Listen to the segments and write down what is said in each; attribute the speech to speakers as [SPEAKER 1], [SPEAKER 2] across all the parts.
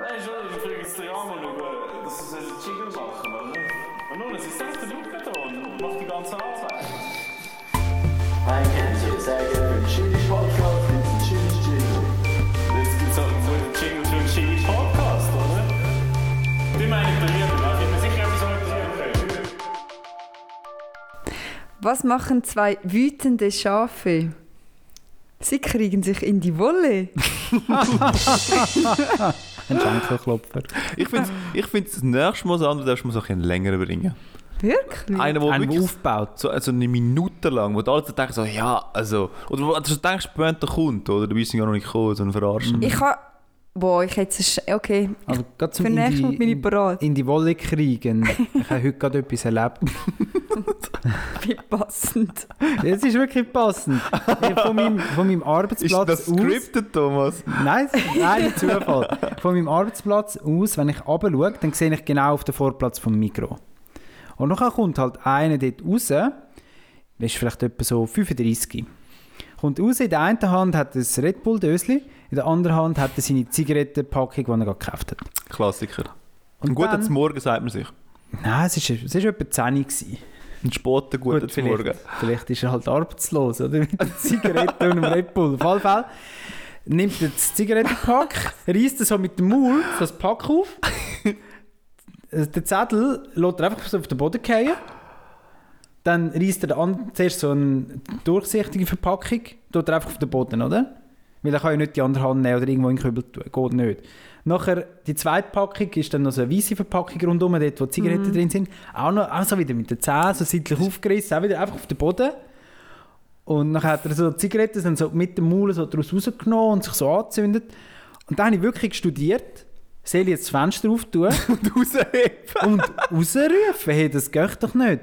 [SPEAKER 1] Nein, schon, ich bringe jetzt den Rahmen über. Das ist ein Jingle machen, oder? Und nun, es ist selbst der Luftbeton und macht die ganze Arbeit.
[SPEAKER 2] Nein, kennt ihr, sehr gerne. Chili Podcast mit dem Chili Chili.
[SPEAKER 1] Jetzt gibt es halt so einen Jingle für einen Jingle Podcast, oder? Die meine ich bei mir, da bin mir sicher, etwas anderes okay.
[SPEAKER 3] Was machen zwei wütende Schafe? Sie kriegen sich in die Wolle.
[SPEAKER 4] Ein Schenkelklopfer.
[SPEAKER 5] Ich finde, ich find, das nächste Mal so an, du darfst mir so ein bisschen länger bringen.
[SPEAKER 3] Wirklich?
[SPEAKER 5] Einer, wo
[SPEAKER 4] Einen, der
[SPEAKER 5] wirklich
[SPEAKER 4] aufbaut.
[SPEAKER 5] so also eine Minute lang, wo du alle so denken, so, ja, also. Oder wo du so denkst, Moment, der kommt, oder du bist ja noch nicht gekommen, so ein Verarschen.
[SPEAKER 3] Ich habe... Boah, ich hätte es... Okay,
[SPEAKER 4] Also, gerade
[SPEAKER 3] für
[SPEAKER 4] zum in
[SPEAKER 3] nächstes
[SPEAKER 4] die-
[SPEAKER 3] Mal bin ich bereit.
[SPEAKER 4] in die Wolle kriegen. Ich habe heute gerade etwas erlebt.
[SPEAKER 3] Wie passend.
[SPEAKER 4] Das ist wirklich passend. Ich von, meinem, von meinem Arbeitsplatz
[SPEAKER 5] ist das
[SPEAKER 4] aus...
[SPEAKER 5] scripted, Thomas?
[SPEAKER 4] Nein, nein, Zufall. Von meinem Arbeitsplatz aus, wenn ich runter schaue, dann sehe ich genau auf den Vorplatz vom Mikro. Und nachher kommt halt einer dort raus, der ist vielleicht etwa so 35. Kommt raus, in der einen Hand hat er ein Red Bull Dösli, in der anderen Hand hat er seine Zigarettenpackung, die er gerade gekauft hat.
[SPEAKER 5] Klassiker.
[SPEAKER 4] Und
[SPEAKER 5] ein guter
[SPEAKER 4] dann-
[SPEAKER 5] Morgen, sagt man sich.
[SPEAKER 4] Nein, es war es ist etwa 10 Uhr. gewesen.
[SPEAKER 5] Ein später guter
[SPEAKER 4] Gut,
[SPEAKER 5] Morgen.
[SPEAKER 4] vielleicht, vielleicht ist er halt arbeitslos, oder? Mit einer Zigarette und einem Red Bull. Auf jeden Fall nimmt er das Zigarettenpack, reißt es so mit dem Maul so das Pack auf. Äh, Den Zettel lässt er einfach so auf den Boden fallen. Dann reißt er den anderen, zuerst so eine durchsichtige Verpackung, tut er einfach auf den Boden, oder? Weil er kann ja nicht die andere Hand nehmen oder irgendwo in den Kübel tun. Geht nicht. Nachher, die zweite Packung ist dann noch so eine weiße Verpackung rundum, dort wo die Zigaretten drin sind. Auch noch, auch so wieder mit den Zähnen, so seitlich aufgerissen, auch wieder einfach auf den Boden. Und nachher hat er so die Zigaretten dann so mit dem Maul so daraus rausgenommen und sich so angezündet. Und dann habe ich wirklich studiert, soll ich jetzt das Fenster auftun
[SPEAKER 5] Und rausheben.
[SPEAKER 4] und rausrufen, hey, das geht doch nicht.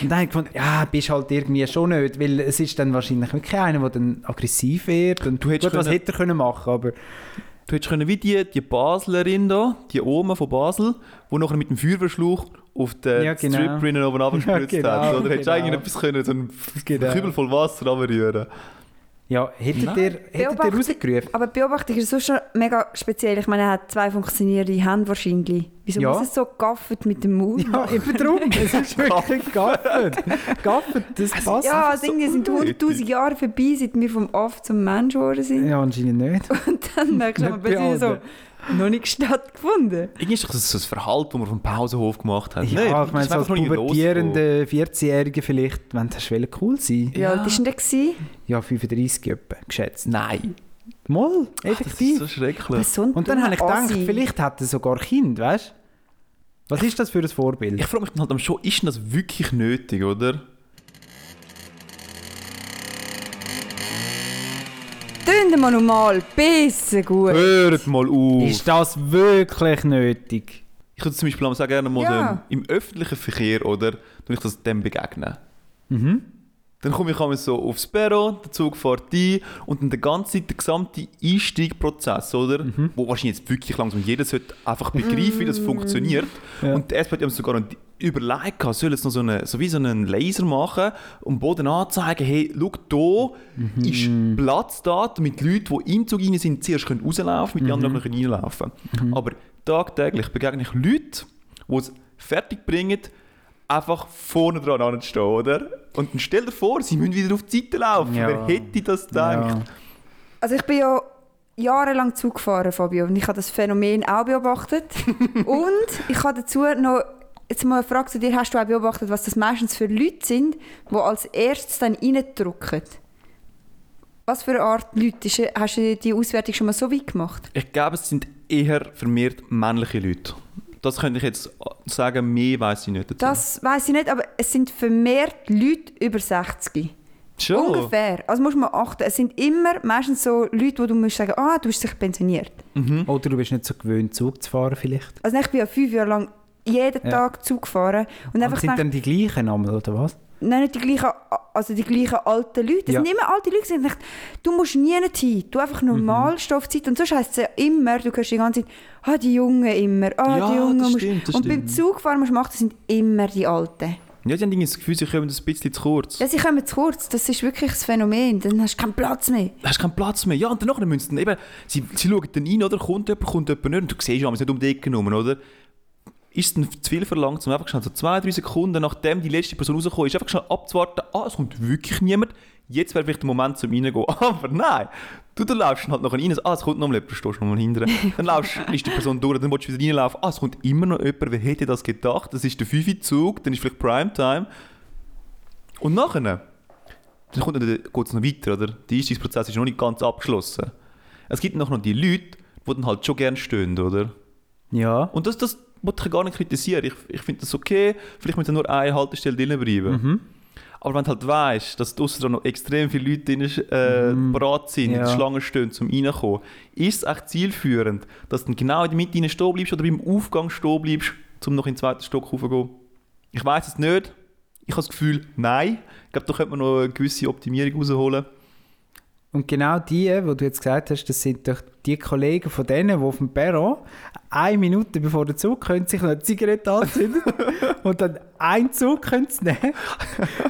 [SPEAKER 4] Und dann habe ich gefunden, ja, bist halt irgendwie schon nicht, weil es ist dann wahrscheinlich wirklich einer, der dann aggressiv wird. Und
[SPEAKER 5] Du hättest
[SPEAKER 4] gut, was
[SPEAKER 5] können-
[SPEAKER 4] hätte er können machen aber...
[SPEAKER 5] Du hättest können wie die, die Baslerin da, die Oma von Basel, die nachher mit dem Feuerwehrschlauch auf den
[SPEAKER 4] Ja, genau.
[SPEAKER 5] Stripperinnen oben runtergespritzt
[SPEAKER 4] Ja, genau,
[SPEAKER 5] hat. Oder hättest du
[SPEAKER 4] genau.
[SPEAKER 5] eigentlich etwas können, so einen
[SPEAKER 4] Genau.
[SPEAKER 5] Kübel voll Wasser runterrühren.
[SPEAKER 4] Ja, hättet ihr, hättet ihr
[SPEAKER 3] Beobachtet-
[SPEAKER 4] rausgerufen?
[SPEAKER 3] Aber die Beobachtung ist so schon mega speziell. Ich meine, er hat zwei funktionierende Hände wahrscheinlich. Wieso
[SPEAKER 4] Ja.
[SPEAKER 3] muss es so gaffet mit dem Maul
[SPEAKER 4] Ja,
[SPEAKER 3] machen?
[SPEAKER 4] eben drum, es ist wirklich gaffet. Gaffet, das passt.
[SPEAKER 3] Also, Ja, das Ding sind 100'000 Jahre vorbei, seit wir vom Aff zum Mensch geworden sind.
[SPEAKER 4] ja, anscheinend nicht.
[SPEAKER 3] Und dann merkst du,
[SPEAKER 4] Nicht
[SPEAKER 3] aber es ist so
[SPEAKER 4] behalten.
[SPEAKER 3] noch nicht stattgefunden.
[SPEAKER 5] Irgendwie ist doch das so ein Verhalten, das man vom Pausenhof gemacht hat.
[SPEAKER 4] Ja, ich meine, so als pubertierende 14-Jährige vielleicht, wenn das will cool sein.
[SPEAKER 3] Wie alt war denn der? gewesen?
[SPEAKER 4] Ja, 35 etwa, geschätzt.
[SPEAKER 5] Nein.
[SPEAKER 4] Mal,
[SPEAKER 5] Das ist
[SPEAKER 4] effektiv.
[SPEAKER 5] so schrecklich.
[SPEAKER 3] Was so ein
[SPEAKER 4] Und dann habe ich
[SPEAKER 3] dummer
[SPEAKER 4] gedacht,
[SPEAKER 3] Assi.
[SPEAKER 4] vielleicht hat er sogar Kind, weißt du? Was ist das für ein Vorbild?
[SPEAKER 5] Ich frage mich dann halt am schon, ist denn das wirklich nötig, oder?
[SPEAKER 3] Tun wir noch mal besser gut.
[SPEAKER 5] Hört mal auf!
[SPEAKER 4] Äh, Ist das wirklich nötig?
[SPEAKER 5] Ich würde zum Beispiel auch sehr gerne mal
[SPEAKER 3] Ja.
[SPEAKER 5] ähm, im öffentlichen Verkehr, oder, wenn ich das dem begegne.
[SPEAKER 4] Mhm.
[SPEAKER 5] Dann komme ich einmal so aufs Perron, der Zug fährt ein und dann der ganze, der gesamte Einsteigprozess, oder? Wo wahrscheinlich jetzt wirklich langsam jeder sollte einfach begreifen, wie das funktioniert.
[SPEAKER 4] Ja.
[SPEAKER 5] Und die SP haben sogar noch überlegt, gehabt, soll jetzt noch so, eine, so wie so einen Laser machen und am Boden anzeigen, hey, schau, da ist Platz da, damit die Leute, die im Zug rein sind, zuerst können rauslaufen, mit den anderen können reinlaufen. Aber tagtäglich begegne ich Leute, die es fertig bringen, einfach vorne dran anzustehen, oder? Und dann stell dir vor, sie müssen wieder auf die Seite laufen.
[SPEAKER 4] Ja.
[SPEAKER 5] Wer hätte das gedacht?
[SPEAKER 4] Ja.
[SPEAKER 3] Also ich bin ja jahrelang Zug gefahren, Fabio, und ich habe das Phänomen auch beobachtet. und ich habe dazu noch jetzt mal eine Frage zu dir. Hast du auch beobachtet, was das meistens für Leute sind, die als erstes dann reindrücken? Was für eine Art Leute? Ist, hast du die Auswertung schon mal so weit gemacht?
[SPEAKER 5] Ich glaube, es sind eher vermehrt männliche Leute. Das könnte ich jetzt sagen, mehr weiß ich nicht dazu.
[SPEAKER 3] Das weiß ich nicht, aber es sind vermehrt Leute über 60.
[SPEAKER 5] Schon.
[SPEAKER 3] Ungefähr. Also muss man achten. Es sind immer meistens so Leute, wo du musst sagen, ah, du hast dich pensioniert.
[SPEAKER 4] Oder du bist nicht so gewöhnt, Zug zu fahren vielleicht.
[SPEAKER 3] Also ich bin ja fünf Jahre lang jeden
[SPEAKER 4] Ja.
[SPEAKER 3] Tag Zug gefahren und
[SPEAKER 4] Und
[SPEAKER 3] einfach
[SPEAKER 4] sind
[SPEAKER 3] gedacht,
[SPEAKER 4] dann die gleichen einmal, oder was?
[SPEAKER 3] nein, nicht die gleichen, also die gleichen alten Leute. Es
[SPEAKER 4] Ja.
[SPEAKER 3] sind immer alte Leute. gewesen. Ich dachte, du musst nie nicht hin. Du einfach normal mhm. auf die Zeit. Und sonst heisst es ja immer, du hörst die ganze Zeit, ah, die Jungen immer, ah,
[SPEAKER 5] Ja,
[SPEAKER 3] die Jungen.
[SPEAKER 5] das
[SPEAKER 3] musst-
[SPEAKER 5] stimmt, das
[SPEAKER 3] und beim
[SPEAKER 5] stimmt.
[SPEAKER 3] Zugfahren musst du machen, das sind immer die Alten.
[SPEAKER 5] Ja, die haben irgendwie das Gefühl, sie kommen ein bisschen zu kurz.
[SPEAKER 3] Ja, sie kommen zu kurz. Das ist wirklich das Phänomen. Dann hast du keinen Platz mehr.
[SPEAKER 5] Du hast keinen Platz mehr. Ja, und danach müssen sie dann eben, sie, sie schauen dann rein, oder? Kommt jemand, kommt jemand nicht. Und du siehst ja, wir sind nicht um die Ecke genommen, oder? Ist es denn zu viel verlangt, um einfach schnell so zwei, drei Sekunden, nachdem die letzte Person rausgekommen ist, einfach schnell abzuwarten, ah, es kommt wirklich niemand, jetzt wäre vielleicht der Moment zum Reingehen. Aber nein! Du, dann läufst halt noch rein, ah, es kommt noch mal jemand, du stehst noch mal hinten. Dann laufst, ist die Person durch, dann willst du wieder reinlaufen, ah, es kommt immer noch jemand, wer hätte das gedacht? Das ist der 5 Zug, dann ist vielleicht Primetime. Und nachher, dann kommt geht es noch weiter, oder? Der Einstiegsprozess ist noch nicht ganz abgeschlossen. Es gibt noch, noch die Leute, die dann halt schon gerne stehen, oder?
[SPEAKER 4] Ja.
[SPEAKER 5] Und das, das wollte ich gar nicht kritisieren. Ich, ich finde das okay. Vielleicht müssen nur eine Haltestelle drinnen bleiben.
[SPEAKER 4] Mhm.
[SPEAKER 5] Aber wenn du halt weißt, dass draußen noch extrem viele Leute drin, äh, bereit sind, in
[SPEAKER 4] Mhm. Ja.
[SPEAKER 5] der Schlange stehen, zum reinkommen, ist es echt zielführend, dass du dann genau in der Mitte rein stehen bleibst oder beim Aufgang stehen bleibst, um noch in den zweiten Stock hochzugehen. Ich weiß es nicht. Ich habe das Gefühl, nein. Ich glaube, da könnte man noch eine gewisse Optimierung rausholen.
[SPEAKER 4] Und genau die, die du jetzt gesagt hast, das sind doch die Kollegen von denen, die auf dem Perron eine Minute bevor der Zug kommt, sich noch eine Zigarette anzünden und dann einen Zug können sie nehmen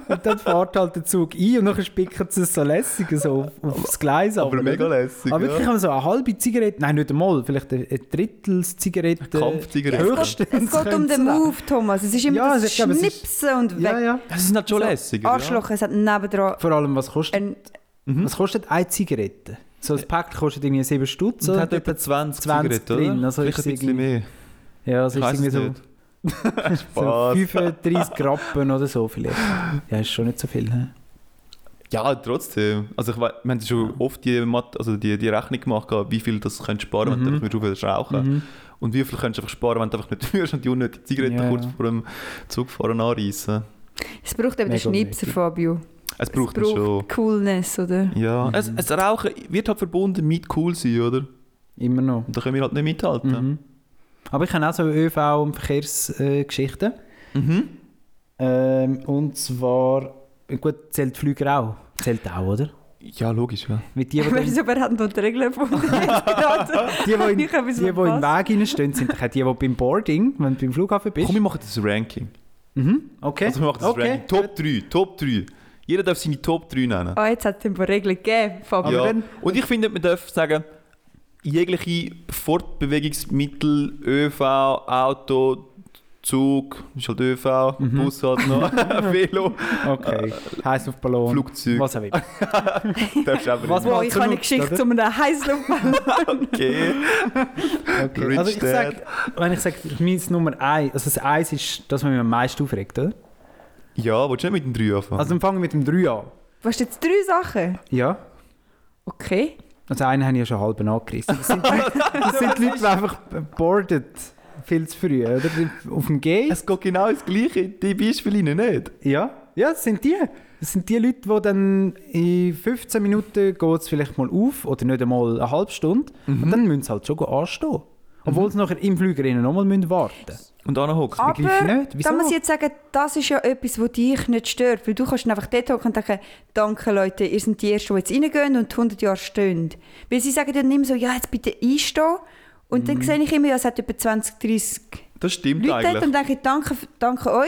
[SPEAKER 4] und dann fährt halt der Zug ein und dann spicken sie es so lässig so auf, aufs Gleis
[SPEAKER 5] Aber
[SPEAKER 4] runter,
[SPEAKER 5] mega
[SPEAKER 4] oder?
[SPEAKER 5] lässig,
[SPEAKER 4] Aber
[SPEAKER 5] ja.
[SPEAKER 4] wirklich haben so eine halbe Zigarette, nein, nicht einmal, vielleicht eine eine Drittel-Zigarette.
[SPEAKER 5] Kampfzigarette.
[SPEAKER 4] Höchstens.
[SPEAKER 3] Es geht um
[SPEAKER 4] können sie
[SPEAKER 3] den
[SPEAKER 4] nehmen.
[SPEAKER 3] Move, Thomas. Es ist immer
[SPEAKER 4] Ja, also
[SPEAKER 3] das
[SPEAKER 4] ich glaube, es ist-
[SPEAKER 3] Schnipsen und weg.
[SPEAKER 4] Ja, ja.
[SPEAKER 5] Das ist halt schon lässig. oder?
[SPEAKER 3] Arschloch, es hat nebendran
[SPEAKER 4] Vor allem, was kostet,
[SPEAKER 3] ein
[SPEAKER 4] was kostet eine Zigarette? So
[SPEAKER 5] Äh.
[SPEAKER 4] ein Pack kostet irgendwie 7 Stutz.
[SPEAKER 5] Und
[SPEAKER 4] oder?
[SPEAKER 5] hat etwa 20,
[SPEAKER 4] 20
[SPEAKER 5] Zigaretten, oder?
[SPEAKER 4] drin, also
[SPEAKER 5] Vielleicht
[SPEAKER 4] ist
[SPEAKER 5] ein bisschen
[SPEAKER 4] irgendwie-
[SPEAKER 5] mehr.
[SPEAKER 4] Ja, es
[SPEAKER 5] Ich
[SPEAKER 4] ist
[SPEAKER 5] weiss
[SPEAKER 4] irgendwie
[SPEAKER 5] es
[SPEAKER 4] so
[SPEAKER 5] nicht.
[SPEAKER 4] So 35 Rappen oder so vielleicht. Ja, ist schon nicht so viel. He?
[SPEAKER 5] Ja, trotzdem. Also ich weiß, wir haben schon oft die, Mat also die, die Rechnung gemacht, gehabt, wie viel das könntest sparen, wenn du einfach nicht aufhörst zu rauchen.
[SPEAKER 4] Mhm.
[SPEAKER 5] Und wie viel könntest du einfach sparen, wenn du einfach nicht hörst und die unnötige Zigarette
[SPEAKER 4] Ja,
[SPEAKER 5] kurz
[SPEAKER 4] ja.
[SPEAKER 5] vor dem Zugfahren anreißen.
[SPEAKER 3] Es braucht eben den
[SPEAKER 4] Mega
[SPEAKER 3] Schnipser,
[SPEAKER 4] unnötig.
[SPEAKER 3] Fabio.
[SPEAKER 5] Es
[SPEAKER 3] Es
[SPEAKER 5] braucht, es schon.
[SPEAKER 3] braucht Coolness, oder?
[SPEAKER 5] Ja, es, es Rauchen wird halt verbunden mit cool sein, oder?
[SPEAKER 4] Immer noch.
[SPEAKER 5] Und da können wir halt nicht mithalten.
[SPEAKER 4] Mhm. Aber ich habe auch so ÖV- und Verkehrsgeschichten.
[SPEAKER 5] Mhm.
[SPEAKER 4] Ähm, und zwar, gut, zählt die Flüger auch. Zählt auch, oder?
[SPEAKER 5] Ja, logisch, ja.
[SPEAKER 4] Mit die, die,
[SPEAKER 3] Aber
[SPEAKER 4] die,
[SPEAKER 3] so, wer hat noch die Regeln gefunden? Gerade.
[SPEAKER 4] die, in, die,
[SPEAKER 3] Ich habe es
[SPEAKER 4] die im
[SPEAKER 3] verpasst.
[SPEAKER 4] Weg hineinstehen, sind doch auch die, die beim Boarding, wenn du beim Flughafen bist.
[SPEAKER 5] Komm, wir machen das Ranking.
[SPEAKER 4] Mhm. Okay.
[SPEAKER 5] Also wir machen das
[SPEAKER 4] okay.
[SPEAKER 5] Ranking. Top 3, Top 3. Jeder darf seine Top 3 nennen.
[SPEAKER 3] Ah, jetzt hat es ein paar Regeln gegeben, Fabio.
[SPEAKER 5] ja.
[SPEAKER 4] dann-
[SPEAKER 5] und ich finde, man darf sagen, jegliche Fortbewegungsmittel, ÖV, Auto, Zug, ist halt ÖV,
[SPEAKER 4] Mhm.
[SPEAKER 5] Bus halt noch, Velo,
[SPEAKER 4] Okay. Heiß auf Ballon.
[SPEAKER 5] Äh, Flugzeug.
[SPEAKER 4] Was auch immer.
[SPEAKER 5] darfst du aber
[SPEAKER 4] Was
[SPEAKER 5] nicht.
[SPEAKER 3] Boah,
[SPEAKER 4] man
[SPEAKER 3] ich
[SPEAKER 4] so
[SPEAKER 3] habe eine
[SPEAKER 4] nutzt,
[SPEAKER 3] Geschichte
[SPEAKER 4] oder?
[SPEAKER 3] zu einem Heißluftballon.
[SPEAKER 5] Okay.
[SPEAKER 4] Okay. Also ich
[SPEAKER 5] Rich
[SPEAKER 4] sag, wenn ich sage, meins Nummer 1, also das 1 ist das, was mich am meisten aufregt, oder?
[SPEAKER 5] Ja, willst du nicht mit dem 3 anfangen?
[SPEAKER 4] Also dann fangen wir mit dem 3 an.
[SPEAKER 3] Du hast jetzt drei Sachen.
[SPEAKER 4] Ja.
[SPEAKER 3] Okay.
[SPEAKER 4] Also einen habe ich ja schon halb angerissen. Das sind, das sind die Leute, die einfach boardet. Viel zu früh, oder? Die- Auf dem Gate.
[SPEAKER 5] es geht genau das Gleiche in die Beispiele rein, nicht?
[SPEAKER 4] Ja. Ja, das sind die. Das sind die Leute, die dann in 15 Minuten geht es vielleicht mal auf oder nicht einmal eine halbe Stunde.
[SPEAKER 3] Mhm.
[SPEAKER 4] Und dann müssen sie halt schon anstehen. Obwohl sie nachher im Flüger innen nochmal müssen warten
[SPEAKER 5] Und dann hockst du.
[SPEAKER 4] Ah. begreife ich
[SPEAKER 3] Aber
[SPEAKER 4] nicht. Wieso?
[SPEAKER 3] da muss ich jetzt sagen, das ist ja etwas, was dich nicht stört. Weil du kannst dann einfach dort hocken und denken, danke Leute, ihr seid die Ersten, die jetzt reingehen und 100 Jahre stehen. Weil sie sagen dann immer so, ja, jetzt bitte einstehen. Und
[SPEAKER 4] Mhm.
[SPEAKER 3] dann sehe ich immer, ja, es hat etwa 20, 30
[SPEAKER 5] Das stimmt
[SPEAKER 3] Leute dort
[SPEAKER 5] eigentlich.
[SPEAKER 3] und denke, danke, danke euch,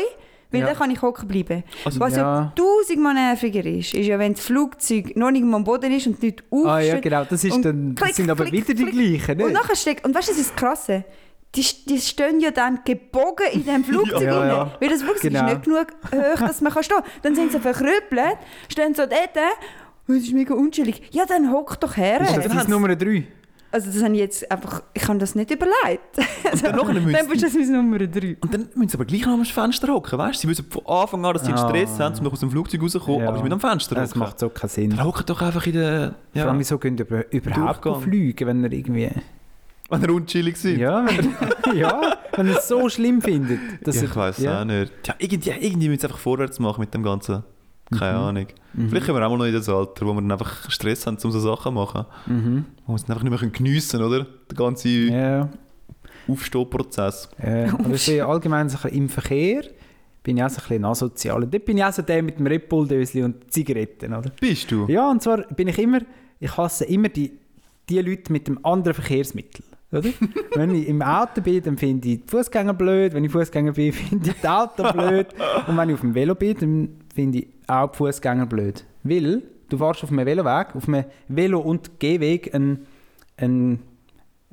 [SPEAKER 3] weil
[SPEAKER 4] Ja.
[SPEAKER 3] dann kann ich hocken bleiben.
[SPEAKER 5] Also,
[SPEAKER 3] Was ja
[SPEAKER 4] ja.
[SPEAKER 3] tausendmal nerviger ist, ist ja, wenn das Flugzeug noch nicht mal am Boden ist und die Leute aufstehen.
[SPEAKER 4] Ah ja, genau. Das, ist
[SPEAKER 3] und
[SPEAKER 4] dann, das
[SPEAKER 3] klick,
[SPEAKER 4] sind aber
[SPEAKER 3] klick,
[SPEAKER 4] wieder die
[SPEAKER 3] klick.
[SPEAKER 4] gleichen,
[SPEAKER 3] Und
[SPEAKER 4] nicht?
[SPEAKER 3] nachher steckt, und weißt du, das ist das Krasse. Die, die stehen ja dann gebogen in dem Flugzeug
[SPEAKER 4] Ja,
[SPEAKER 3] rein,
[SPEAKER 4] ja.
[SPEAKER 3] weil das Flugzeug
[SPEAKER 4] Genau.
[SPEAKER 3] ist nicht genug hoch, dass man kann stehen kann. Dann sind sie verkrüppelt, stehen so dort und es ist mega unschuldig. Ja, dann hock doch her.
[SPEAKER 4] Ist das
[SPEAKER 5] Dann
[SPEAKER 4] dein
[SPEAKER 5] hat's-
[SPEAKER 4] Nummer 3?
[SPEAKER 3] Also das habe ich jetzt einfach, ich habe das nicht überlegt. Also,
[SPEAKER 5] nachher müssen-
[SPEAKER 3] dann bist du das mein Nummer 3.
[SPEAKER 5] Und dann müssen sie aber gleich noch am Fenster hocken, weißt du? Sie wissen von Anfang an, dass sie
[SPEAKER 4] Ah.
[SPEAKER 5] Stress haben, um noch aus dem Flugzeug rauszukommen,
[SPEAKER 4] Ja.
[SPEAKER 5] aber sie müssen am Fenster
[SPEAKER 4] Das
[SPEAKER 5] hocken.
[SPEAKER 4] macht so keinen Sinn.
[SPEAKER 5] Dann hocken doch einfach in der... Ja.
[SPEAKER 4] Vor allem, wieso gehen über, überhaupt
[SPEAKER 5] Durchgang.
[SPEAKER 4] fliegen, wenn er irgendwie...
[SPEAKER 5] Wenn ihr unchillig seid.
[SPEAKER 4] Ja, wenn, ja, wenn er es so schlimm findet. Dass
[SPEAKER 5] ja,
[SPEAKER 4] er-
[SPEAKER 5] ich weiß es
[SPEAKER 4] ja.
[SPEAKER 5] auch nicht. Ja, irgendwie, irgendwie müssen wir einfach vorwärts machen mit dem Ganzen.
[SPEAKER 4] Mhm.
[SPEAKER 5] Keine Ahnung. Vielleicht kommen wir auch mal noch in das Alter, wo wir dann einfach Stress haben, um so Sachen zu machen.
[SPEAKER 4] Mhm.
[SPEAKER 5] Wo wir es dann einfach nicht mehr geniessen können, oder? Der ganze
[SPEAKER 4] Ja,
[SPEAKER 5] Aufstehprozess.
[SPEAKER 4] äh, aber ich bin allgemein so ein bisschen im Verkehr bin ich auch so ein bisschen asozial. Und dort bin ich auch so der mit dem Red Bull-Döschen und Zigaretten, oder?
[SPEAKER 5] Bist du?
[SPEAKER 4] Ja, und zwar bin ich immer... Ich hasse immer die, die Leute mit dem anderen Verkehrsmittel. Oder? wenn ich im Auto bin, dann finde ich die Fußgänger blöd. Wenn ich Fußgänger bin, finde ich die Auto blöd. Und wenn ich auf dem Velo bin, dann finde ich auch die Fußgänger blöd. Weil du warst auf einem Veloweg, auf einem Velo- und Gehweg, ein, ein,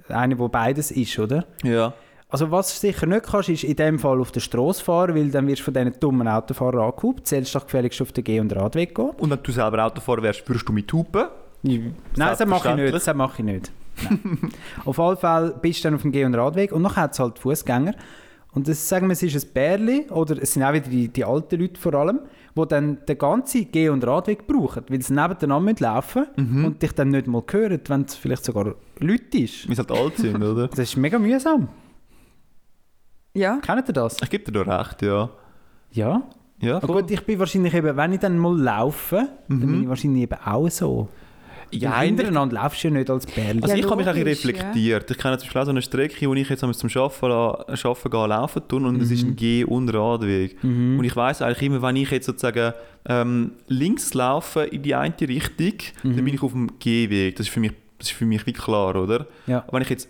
[SPEAKER 4] einer, wo beides ist, oder?
[SPEAKER 5] Ja.
[SPEAKER 4] Also was du sicher nicht kannst, ist in dem Fall auf der Straße fahren, weil dann wirst du von diesen dummen Autofahrern angehubt. Zählst doch gefälligst auf den Geh- und Radweg gehen.
[SPEAKER 5] Und wenn du selber Autofahrer wärst, würdest du mich hupen.
[SPEAKER 4] Nein, das mache ich
[SPEAKER 5] Selbstverständlich.
[SPEAKER 4] nicht. Das mache ich nicht. Nein. auf jeden Fall bist du dann auf dem Geh- und Radweg und nachher hat es halt Fußgänger. Und das, sagen wir, es ist ein Bärli, oder es sind auch wieder die, die alten Leute vor allem, die dann den ganzen Geh- und Radweg brauchen, weil sie nebeneinander müssen laufen
[SPEAKER 5] Mhm.
[SPEAKER 4] und dich dann nicht mal hören, wenn es vielleicht sogar Leute ist.
[SPEAKER 5] Wir sind halt alt sind, oder?
[SPEAKER 4] Das ist mega mühsam.
[SPEAKER 3] Ja.
[SPEAKER 4] Kennt ihr das?
[SPEAKER 5] Ich gebe dir da recht, ja.
[SPEAKER 4] Ja.
[SPEAKER 5] Ja, Mhm.
[SPEAKER 4] Aber gut, ich bin wahrscheinlich eben, wenn ich dann mal laufe, dann bin ich wahrscheinlich eben auch so. Ja,
[SPEAKER 5] eigentlich-
[SPEAKER 4] hintereinander laufst du ja nicht als Bärli.
[SPEAKER 5] Also
[SPEAKER 3] Ja,
[SPEAKER 5] ich habe mich ein bisschen
[SPEAKER 3] logisch,
[SPEAKER 5] reflektiert. Ich kenne zum Beispiel auch so eine Strecke, wo ich jetzt einmal zum Arbeiten, la- Arbeiten gehen, laufen tun und es ist
[SPEAKER 4] Mhm.
[SPEAKER 5] ein Geh- und Radweg. Und ich weiß eigentlich immer, wenn ich jetzt sozusagen ähm, links laufe in die eine Richtung,
[SPEAKER 4] Mhm.
[SPEAKER 5] dann bin ich auf dem Gehweg. Das ist für mich, das ist für mich wie klar, oder?
[SPEAKER 4] Ja.
[SPEAKER 5] Aber wenn ich jetzt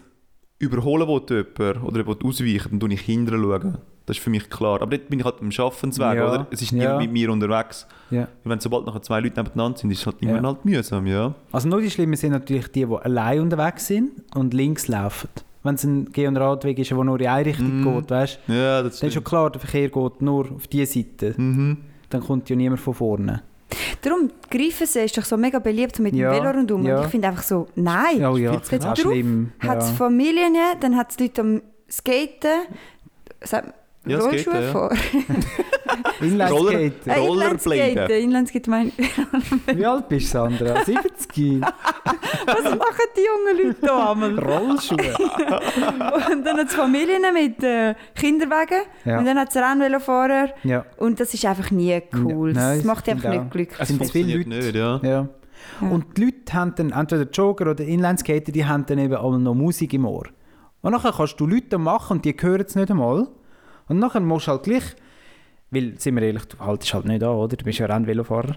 [SPEAKER 5] überholen will jemanden oder jemanden ausweichen, dann schaue ich hinterher. Schauen. Das ist für mich klar. Aber dort bin ich halt am Schaffensweg,
[SPEAKER 4] Ja.
[SPEAKER 5] oder? Es ist niemand
[SPEAKER 4] Ja.
[SPEAKER 5] mit mir unterwegs.
[SPEAKER 4] Ja.
[SPEAKER 5] Und wenn sobald nachher zwei Leute nebeneinander sind, ist es halt immer
[SPEAKER 4] Ja.
[SPEAKER 5] halt mühsam, ja.
[SPEAKER 4] Also nur die Schlimmen sind natürlich die, die allein unterwegs sind und links laufen. Wenn es ein Geh- und Radweg ist, der nur in eine Richtung geht, weißt,
[SPEAKER 5] Ja, das
[SPEAKER 4] dann ist schon klar, der Verkehr geht nur auf diese Seite.
[SPEAKER 5] Mhm.
[SPEAKER 4] Dann kommt ja niemand von vorne.
[SPEAKER 3] Darum, Greifensee ist doch so mega beliebt so mit
[SPEAKER 4] Ja,
[SPEAKER 3] dem Velo rundum.
[SPEAKER 4] ja.
[SPEAKER 3] Und ich finde einfach so, nein.
[SPEAKER 4] Oh ja,
[SPEAKER 3] Jetzt
[SPEAKER 4] das ist
[SPEAKER 3] drauf.
[SPEAKER 4] schlimm.
[SPEAKER 3] Hat es
[SPEAKER 4] ja.
[SPEAKER 3] Familien, dann hat es Leute am Skaten, sagt, man,
[SPEAKER 5] Ja, Skaten,
[SPEAKER 3] Rollschuhe
[SPEAKER 5] ja.
[SPEAKER 3] fahren.
[SPEAKER 4] Inlineskater.
[SPEAKER 5] Roller- Rollerblade.
[SPEAKER 3] Inlineskaten, Inlineskaten meine ich.
[SPEAKER 4] Wie alt bist du, Sandra? 70?
[SPEAKER 3] Was machen die jungen Leute da einmal?
[SPEAKER 4] Rollschuhe?
[SPEAKER 3] Und dann hat es Familien mit äh, Kinderwagen
[SPEAKER 4] Ja.
[SPEAKER 3] und dann hat es Rennvelofahrer.
[SPEAKER 4] Ja.
[SPEAKER 3] Und das ist einfach nie cool.
[SPEAKER 4] Ja, nein,
[SPEAKER 3] das macht
[SPEAKER 4] das
[SPEAKER 3] einfach
[SPEAKER 4] finde
[SPEAKER 3] nicht glücklich.
[SPEAKER 5] Also
[SPEAKER 4] Es sind zu Also viele
[SPEAKER 5] funktioniert
[SPEAKER 4] Leute.
[SPEAKER 5] nicht, ja.
[SPEAKER 4] Ja. Und die Leute haben dann, entweder Jogger oder Inlineskater, die haben dann eben auch noch Musik im Ohr. Und nachher kannst du Leute machen und die hören es nicht einmal. Und nachher musst du halt gleich, weil, sind wir ehrlich, du haltest halt nicht an, oder? Du bist ja Rennvelofahrer.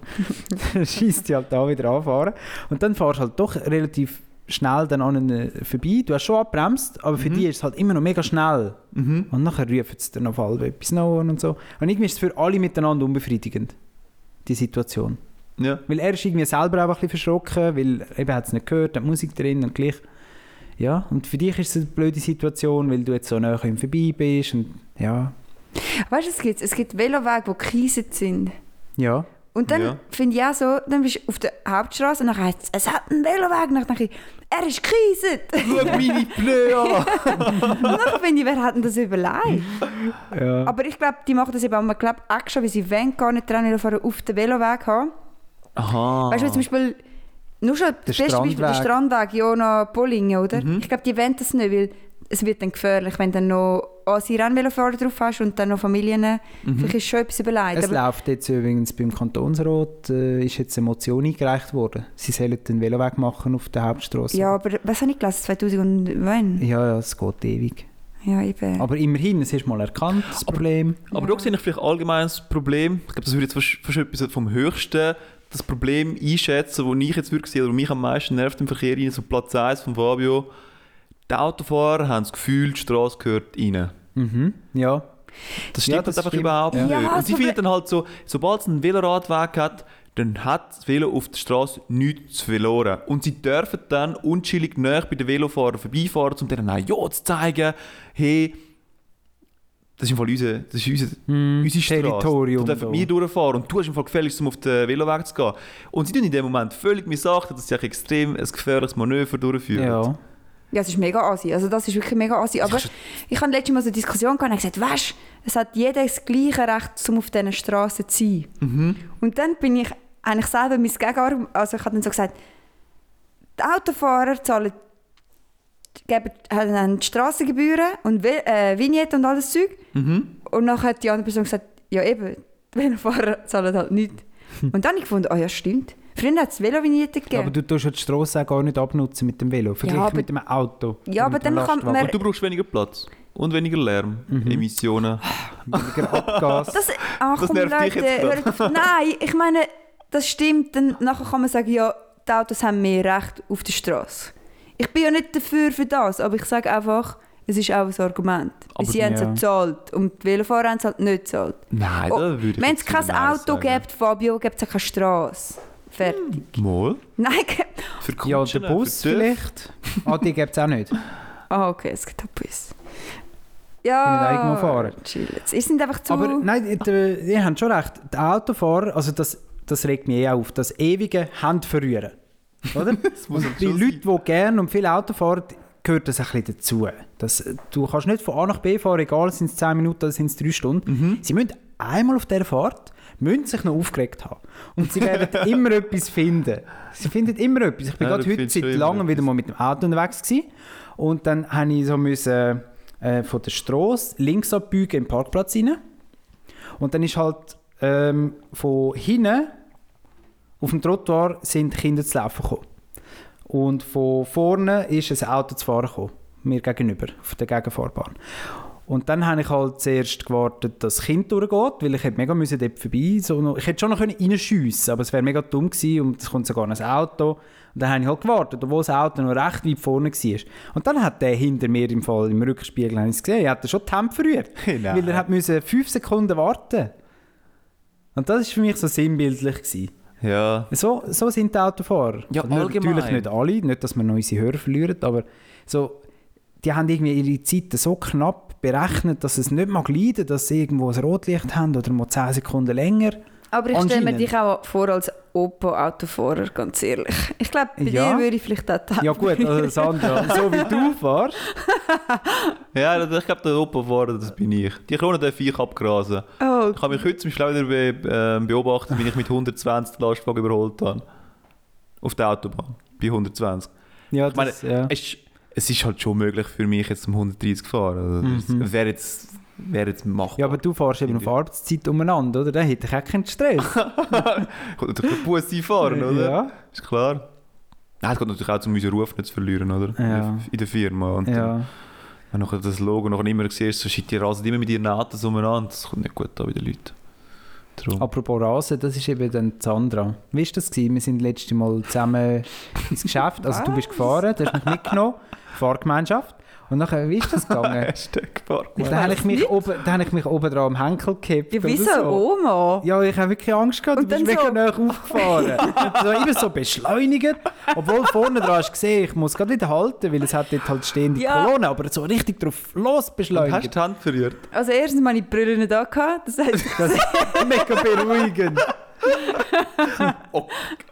[SPEAKER 4] Schießt dich halt da wieder anfahren. Und dann fahrst du halt doch relativ schnell dann an ihnen vorbei. Du hast schon abbremst, aber für die ist es halt immer noch mega schnell. Und nachher rufen sie dann auf alle etwas nach und so. Und irgendwie ist es für alle miteinander unbefriedigend, die Situation.
[SPEAKER 5] Ja.
[SPEAKER 4] Weil er ist irgendwie selber auch ein bisschen verschrocken, weil eben hat es nicht gehört, hat die Musik drin und gleich. Ja, und für dich ist es eine blöde Situation, weil du jetzt so näher ihm vorbei bist und ja.
[SPEAKER 3] Weißt du, es gibt, es gibt Velowege, die gekreiset sind.
[SPEAKER 4] Ja.
[SPEAKER 3] Und dann
[SPEAKER 5] Ja.
[SPEAKER 3] finde ich auch so, dann bist du auf der Hauptstraße und dann heißt es, es hat einen Veloweg. Und dann denke ich, er ist gekreiset.
[SPEAKER 5] Schau meine Pneu an!
[SPEAKER 3] und dann finde ich, wer hat denn das überlegt?
[SPEAKER 4] Ja.
[SPEAKER 3] Aber ich glaube, die machen das eben auch, ich glaube, extra, weil sie wollen gar nicht Rennvelofahren auf dem Veloweg haben.
[SPEAKER 5] Aha.
[SPEAKER 3] Weißt du, wie zum Beispiel, nur schon das beste Beispiel, der Strandweg, Jona Pollinger, oder? Ich glaube, die wollen das nicht, weil es wird dann gefährlich, wenn du dann noch Asi Rennvelofahrer drauf hast und dann noch Familien. Vielleicht ist schon etwas überlegt.
[SPEAKER 4] Es
[SPEAKER 3] Aber
[SPEAKER 4] läuft jetzt übrigens beim Kantonsrat, äh, ist jetzt eine Motion eingereicht worden. Sie sollen den Veloweg machen auf der Hauptstraße.
[SPEAKER 3] ja, aber was habe ich gelesen? 2000 und wann?
[SPEAKER 4] Ja, ja, es geht ewig.
[SPEAKER 3] Ja, eben.
[SPEAKER 4] Aber immerhin, es ist mal erkannt, das Problem.
[SPEAKER 5] Aber da sehe ich vielleicht allgemein das Problem, ich glaube, das würde jetzt fast fast etwas vom Höchsten das Problem einschätzen, das ich jetzt wirklich sehe, oder mich am meisten nervt im Verkehr rein, so Platz 1 von Fabio. Die Autofahrer haben das Gefühl, die Straße gehört rein.
[SPEAKER 4] Mhm. Ja.
[SPEAKER 5] Das
[SPEAKER 4] Ja,
[SPEAKER 5] stimmt
[SPEAKER 4] das
[SPEAKER 5] halt einfach
[SPEAKER 4] stimmt.
[SPEAKER 5] überhaupt
[SPEAKER 4] Ja.
[SPEAKER 5] nicht.
[SPEAKER 3] Ja,
[SPEAKER 5] Und
[SPEAKER 3] das
[SPEAKER 5] sie finden
[SPEAKER 3] Problem-
[SPEAKER 5] dann halt so, sobald es einen Veloradweg hat, dann hat das Velo auf der Straße nichts zu verloren. Und sie dürfen dann unschillig näher bei den Velofahrern vorbeifahren, um denen auch ja zu zeigen, hey, das ist im Fall unser, das ist unser, unsere Straße.
[SPEAKER 4] Mhm. Territorium
[SPEAKER 5] Da dürfen
[SPEAKER 4] da.
[SPEAKER 5] wir durchfahren und du hast im Fall gefälligst, um auf den Veloweg zu gehen. Und sie tun in dem Moment völlig missachtet, dass sie eigentlich extrem ein gefährliches Manöver durchführen.
[SPEAKER 4] Ja.
[SPEAKER 3] Ja, es ist mega Asi. Also das ist wirklich mega Asi. Aber ich habe letztes Mal so eine Diskussion gehabt und habe gesagt, weißt es hat jeder das gleiche Recht, um auf diesen Straßen zu sein. Und dann bin ich eigentlich selber mein Gegenargument, also ich habe dann so gesagt, die Autofahrer zahlen geben, haben dann die Strassengebühren und Wi- äh, Vignette und alles Zeug.
[SPEAKER 5] Mhm.
[SPEAKER 3] Und dann hat die andere Person gesagt, ja eben, die Velofahrer zahlen halt nichts. Und dann habe ich gefunden, ah ja stimmt. Früher hat es Velovignetten gegeben.
[SPEAKER 4] Aber du tust ja die Straße auch gar nicht abnutzen mit dem Velo, verglichen
[SPEAKER 3] aber-
[SPEAKER 4] mit dem Auto.
[SPEAKER 3] Ja,
[SPEAKER 4] oder
[SPEAKER 3] aber
[SPEAKER 4] mit dem
[SPEAKER 3] dann kann
[SPEAKER 4] Lastwagen.
[SPEAKER 3] man-
[SPEAKER 5] Und du brauchst weniger Platz und weniger Lärm,
[SPEAKER 4] Mhm.
[SPEAKER 5] Emissionen.
[SPEAKER 4] Ah, Weniger Abgas.
[SPEAKER 3] Das, ach,
[SPEAKER 5] Das
[SPEAKER 3] komm,
[SPEAKER 5] nervt dich
[SPEAKER 3] Leute,
[SPEAKER 5] jetzt
[SPEAKER 3] hört auf. Nein, ich meine, das stimmt. Dann nachher kann man sagen, ja, die Autos haben mehr Recht auf der Straße. Ich bin ja nicht dafür für das, aber ich sage einfach, es ist auch ein Argument. Weil
[SPEAKER 5] Aber-
[SPEAKER 3] sie haben es
[SPEAKER 4] ja.
[SPEAKER 3] ja gezahlt und die Velofahrer haben es halt nicht gezahlt.
[SPEAKER 5] Nein,
[SPEAKER 3] Oh,
[SPEAKER 5] da würde ich
[SPEAKER 3] Wenn es
[SPEAKER 5] jetzt
[SPEAKER 3] kein
[SPEAKER 5] nein
[SPEAKER 3] Auto
[SPEAKER 5] sagen.
[SPEAKER 3] gibt, Fabio, gibt es auch keine Straße. Fertig.
[SPEAKER 4] Hm.
[SPEAKER 5] Mal.
[SPEAKER 3] Nein, ge-
[SPEAKER 5] Für
[SPEAKER 4] Ja,
[SPEAKER 5] Kutschen,
[SPEAKER 4] der Bus
[SPEAKER 5] für Dörfer.
[SPEAKER 4] vielleicht. Ah, die gibt es auch nicht.
[SPEAKER 3] Ah, okay, es gibt auch Bus.
[SPEAKER 4] Mit eigenem
[SPEAKER 3] Ja.
[SPEAKER 4] Fahren.
[SPEAKER 3] Chill jetzt. Ihr seid einfach zu...
[SPEAKER 4] Aber nein, der, ihr habt schon recht. Die Autofahrer, also das, das regt mich eh auf, das ewige Handverrühren. Oder?
[SPEAKER 5] muss
[SPEAKER 4] und
[SPEAKER 5] aber
[SPEAKER 4] die
[SPEAKER 5] schon
[SPEAKER 4] Leute, die gerne und viel Auto fahren, gehört das ein bisschen dazu. Das, du kannst nicht von A nach B fahren, egal sind es 10 Minuten oder sind es 3 Stunden. Sie müssen einmal auf dieser Fahrt müssen sich noch aufgeregt haben. Und sie werden immer etwas finden. Sie finden immer etwas. Ich bin
[SPEAKER 5] Ja,
[SPEAKER 4] gerade
[SPEAKER 5] du
[SPEAKER 4] heute
[SPEAKER 5] findest
[SPEAKER 4] seit
[SPEAKER 5] schon immer
[SPEAKER 4] langem wieder mal mit dem Auto unterwegs gewesen. Und dann habe ich so müssen, äh, von der Straße links abbiegen im Parkplatz rein. Und dann ist halt ähm, von hinten auf dem Trottoir sind Kinder zu laufen gekommen. Und von vorne ist ein Auto zu fahren gekommen, mir gegenüber, auf der Gegenfahrbahn. Und dann habe ich halt zuerst gewartet, dass das Kind durchgeht, weil ich hätte mega müssen dort vorbei so noch, Ich hätte schon noch können reinschiessen aber es wäre mega dumm gewesen und es kommt sogar noch ein Auto. Und dann habe ich halt gewartet, obwohl das Auto noch recht weit vorne war. Und dann hat der hinter mir im Fall, im Rückspiegel, habe ich es gesehen, er hat schon die Hände verrührt.
[SPEAKER 5] Nein.
[SPEAKER 4] Weil er hat müssen fünf Sekunden warten Und das war für mich so sinnbildlich. Gewesen.
[SPEAKER 5] Ja.
[SPEAKER 4] So, so sind die Autofahrer.
[SPEAKER 5] Ja,
[SPEAKER 4] Also
[SPEAKER 5] allgemein.
[SPEAKER 4] Natürlich nicht alle, nicht, dass wir noch unsere Hörer verlieren, aber so, die haben irgendwie ihre Zeiten so knapp berechnet, dass es nicht mag leiden, dass sie irgendwo ein Rotlicht haben oder mal 10 Sekunden länger.
[SPEAKER 3] Aber ich stelle mir
[SPEAKER 4] Anscheinend.
[SPEAKER 3] dich auch vor als Opa-Autofahrer, ganz ehrlich. Ich glaube, bei
[SPEAKER 4] Ja.
[SPEAKER 3] dir würde ich vielleicht auch
[SPEAKER 4] Ja gut, also Sandra, so wie du fährst.
[SPEAKER 5] Ja, das- ich glaube, der Opa fahren, das bin ich. Die Krone darf ich abgrasen.
[SPEAKER 3] Oh,
[SPEAKER 5] Ich habe mich heute zum Beispiel auch wieder be ähm, beobachtet, wie ich mit 120 den Lastwagen überholt habe. Auf der Autobahn. Bei 120.
[SPEAKER 4] Ja,
[SPEAKER 5] Ich meine,
[SPEAKER 4] das, ja.
[SPEAKER 5] es, ist- es ist halt schon möglich für mich, jetzt um 130 zu fahren. Also, das Wäre jetzt, wär jetzt machbar.
[SPEAKER 4] Mhm. ja, aber du fährst eben auf Arbeitszeit umeinander, oder? Dann hätte ich auch keinen Stress.
[SPEAKER 5] Kommt natürlich der Bus einfahren, oder?
[SPEAKER 4] Ja,
[SPEAKER 5] Ist klar. Ja, es geht natürlich auch um unseren Ruf nicht zu verlieren, oder?
[SPEAKER 4] Ja.
[SPEAKER 5] In der Firma. Und dann,
[SPEAKER 4] ja.
[SPEAKER 5] wenn du das Logo noch immer siehst, so shit, die rasen immer mit ihren Naten umeinander. Das kommt nicht gut an bei den Leuten.
[SPEAKER 3] Mhm.
[SPEAKER 5] Darum.
[SPEAKER 4] Apropos Rasen, das ist eben dann die Sandra. Wie war das? Gewesen? Wir sind letztes Mal zusammen ins Geschäft. Also du bist gefahren, du hast mich mitgenommen, Fahrgemeinschaft. Und nachher, wie ist das gegangen?
[SPEAKER 5] Hashtag Park.
[SPEAKER 4] da habe ich, mich oben- da habe ich mich oben dran am Henkel gehabt.
[SPEAKER 3] ja, wieso Oma?
[SPEAKER 4] Ja, ich habe wirklich Angst gehabt,
[SPEAKER 3] Und
[SPEAKER 4] du bist
[SPEAKER 3] dann
[SPEAKER 4] mega
[SPEAKER 3] so-
[SPEAKER 4] näher aufgefahren. Und so, immer so beschleunigt, obwohl vorne dran hast du gesehen, ich muss gerade wieder halten, weil es hat dort halt stehende
[SPEAKER 3] Ja.
[SPEAKER 4] Kolonne, aber so richtig drauf los
[SPEAKER 5] Hast du
[SPEAKER 4] beschleunigt.
[SPEAKER 5] die Hand verrührt?
[SPEAKER 3] Also erstens meine Brille nicht angehabt, das heißt,
[SPEAKER 4] Das ist mega beruhigend.
[SPEAKER 5] Oh,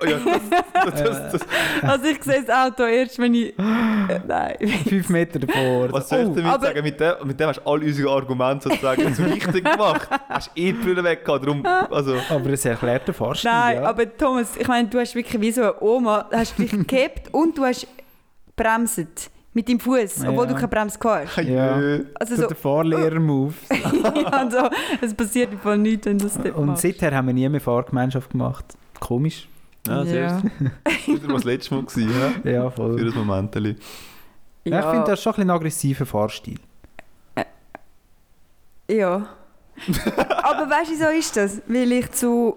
[SPEAKER 5] ja, das, das,
[SPEAKER 4] Äh.
[SPEAKER 5] das, das,
[SPEAKER 3] also ich sehe das Auto erst, wenn ich... Äh, nein.
[SPEAKER 4] Fünf Meter davor. Oh.
[SPEAKER 5] Was
[SPEAKER 4] So,
[SPEAKER 5] soll ich damit
[SPEAKER 3] aber-
[SPEAKER 5] sagen? Mit dem, mit dem hast du alle unsere Argumente sozusagen so richtig gemacht. Hast eh die Brille weg gehabt, darum, also...
[SPEAKER 4] Aber es erklärt den Fahrstil,
[SPEAKER 3] Nein,
[SPEAKER 4] ja.
[SPEAKER 3] aber Thomas, ich meine, du hast wirklich wie so eine Oma, hast dich gehabt und du hast bremset mit deinem Fuß, obwohl
[SPEAKER 4] Ja.
[SPEAKER 3] du keine Bremse gehabt hast.
[SPEAKER 4] Ja.
[SPEAKER 5] Jö.
[SPEAKER 3] Also
[SPEAKER 4] so
[SPEAKER 3] so,
[SPEAKER 4] der Fahrlehrer-Move.
[SPEAKER 3] ja, und so, es passiert im Fall nichts, wenn du das nicht
[SPEAKER 4] Und
[SPEAKER 3] machst.
[SPEAKER 4] seither haben wir nie mehr Fahrgemeinschaft gemacht. Komisch.
[SPEAKER 5] Ja,
[SPEAKER 3] ja.
[SPEAKER 5] siehst du. Wieder mal das letzte Mal gewesen, ja?
[SPEAKER 4] Ja,
[SPEAKER 5] Für
[SPEAKER 4] voll.
[SPEAKER 5] das Momentchen.
[SPEAKER 4] Ja. Ich
[SPEAKER 3] Ja.
[SPEAKER 4] finde, das ist schon ein bisschen ein aggressiver Fahrstil.
[SPEAKER 3] Ja. Aber weißt du, so ist das. Weil ich zu.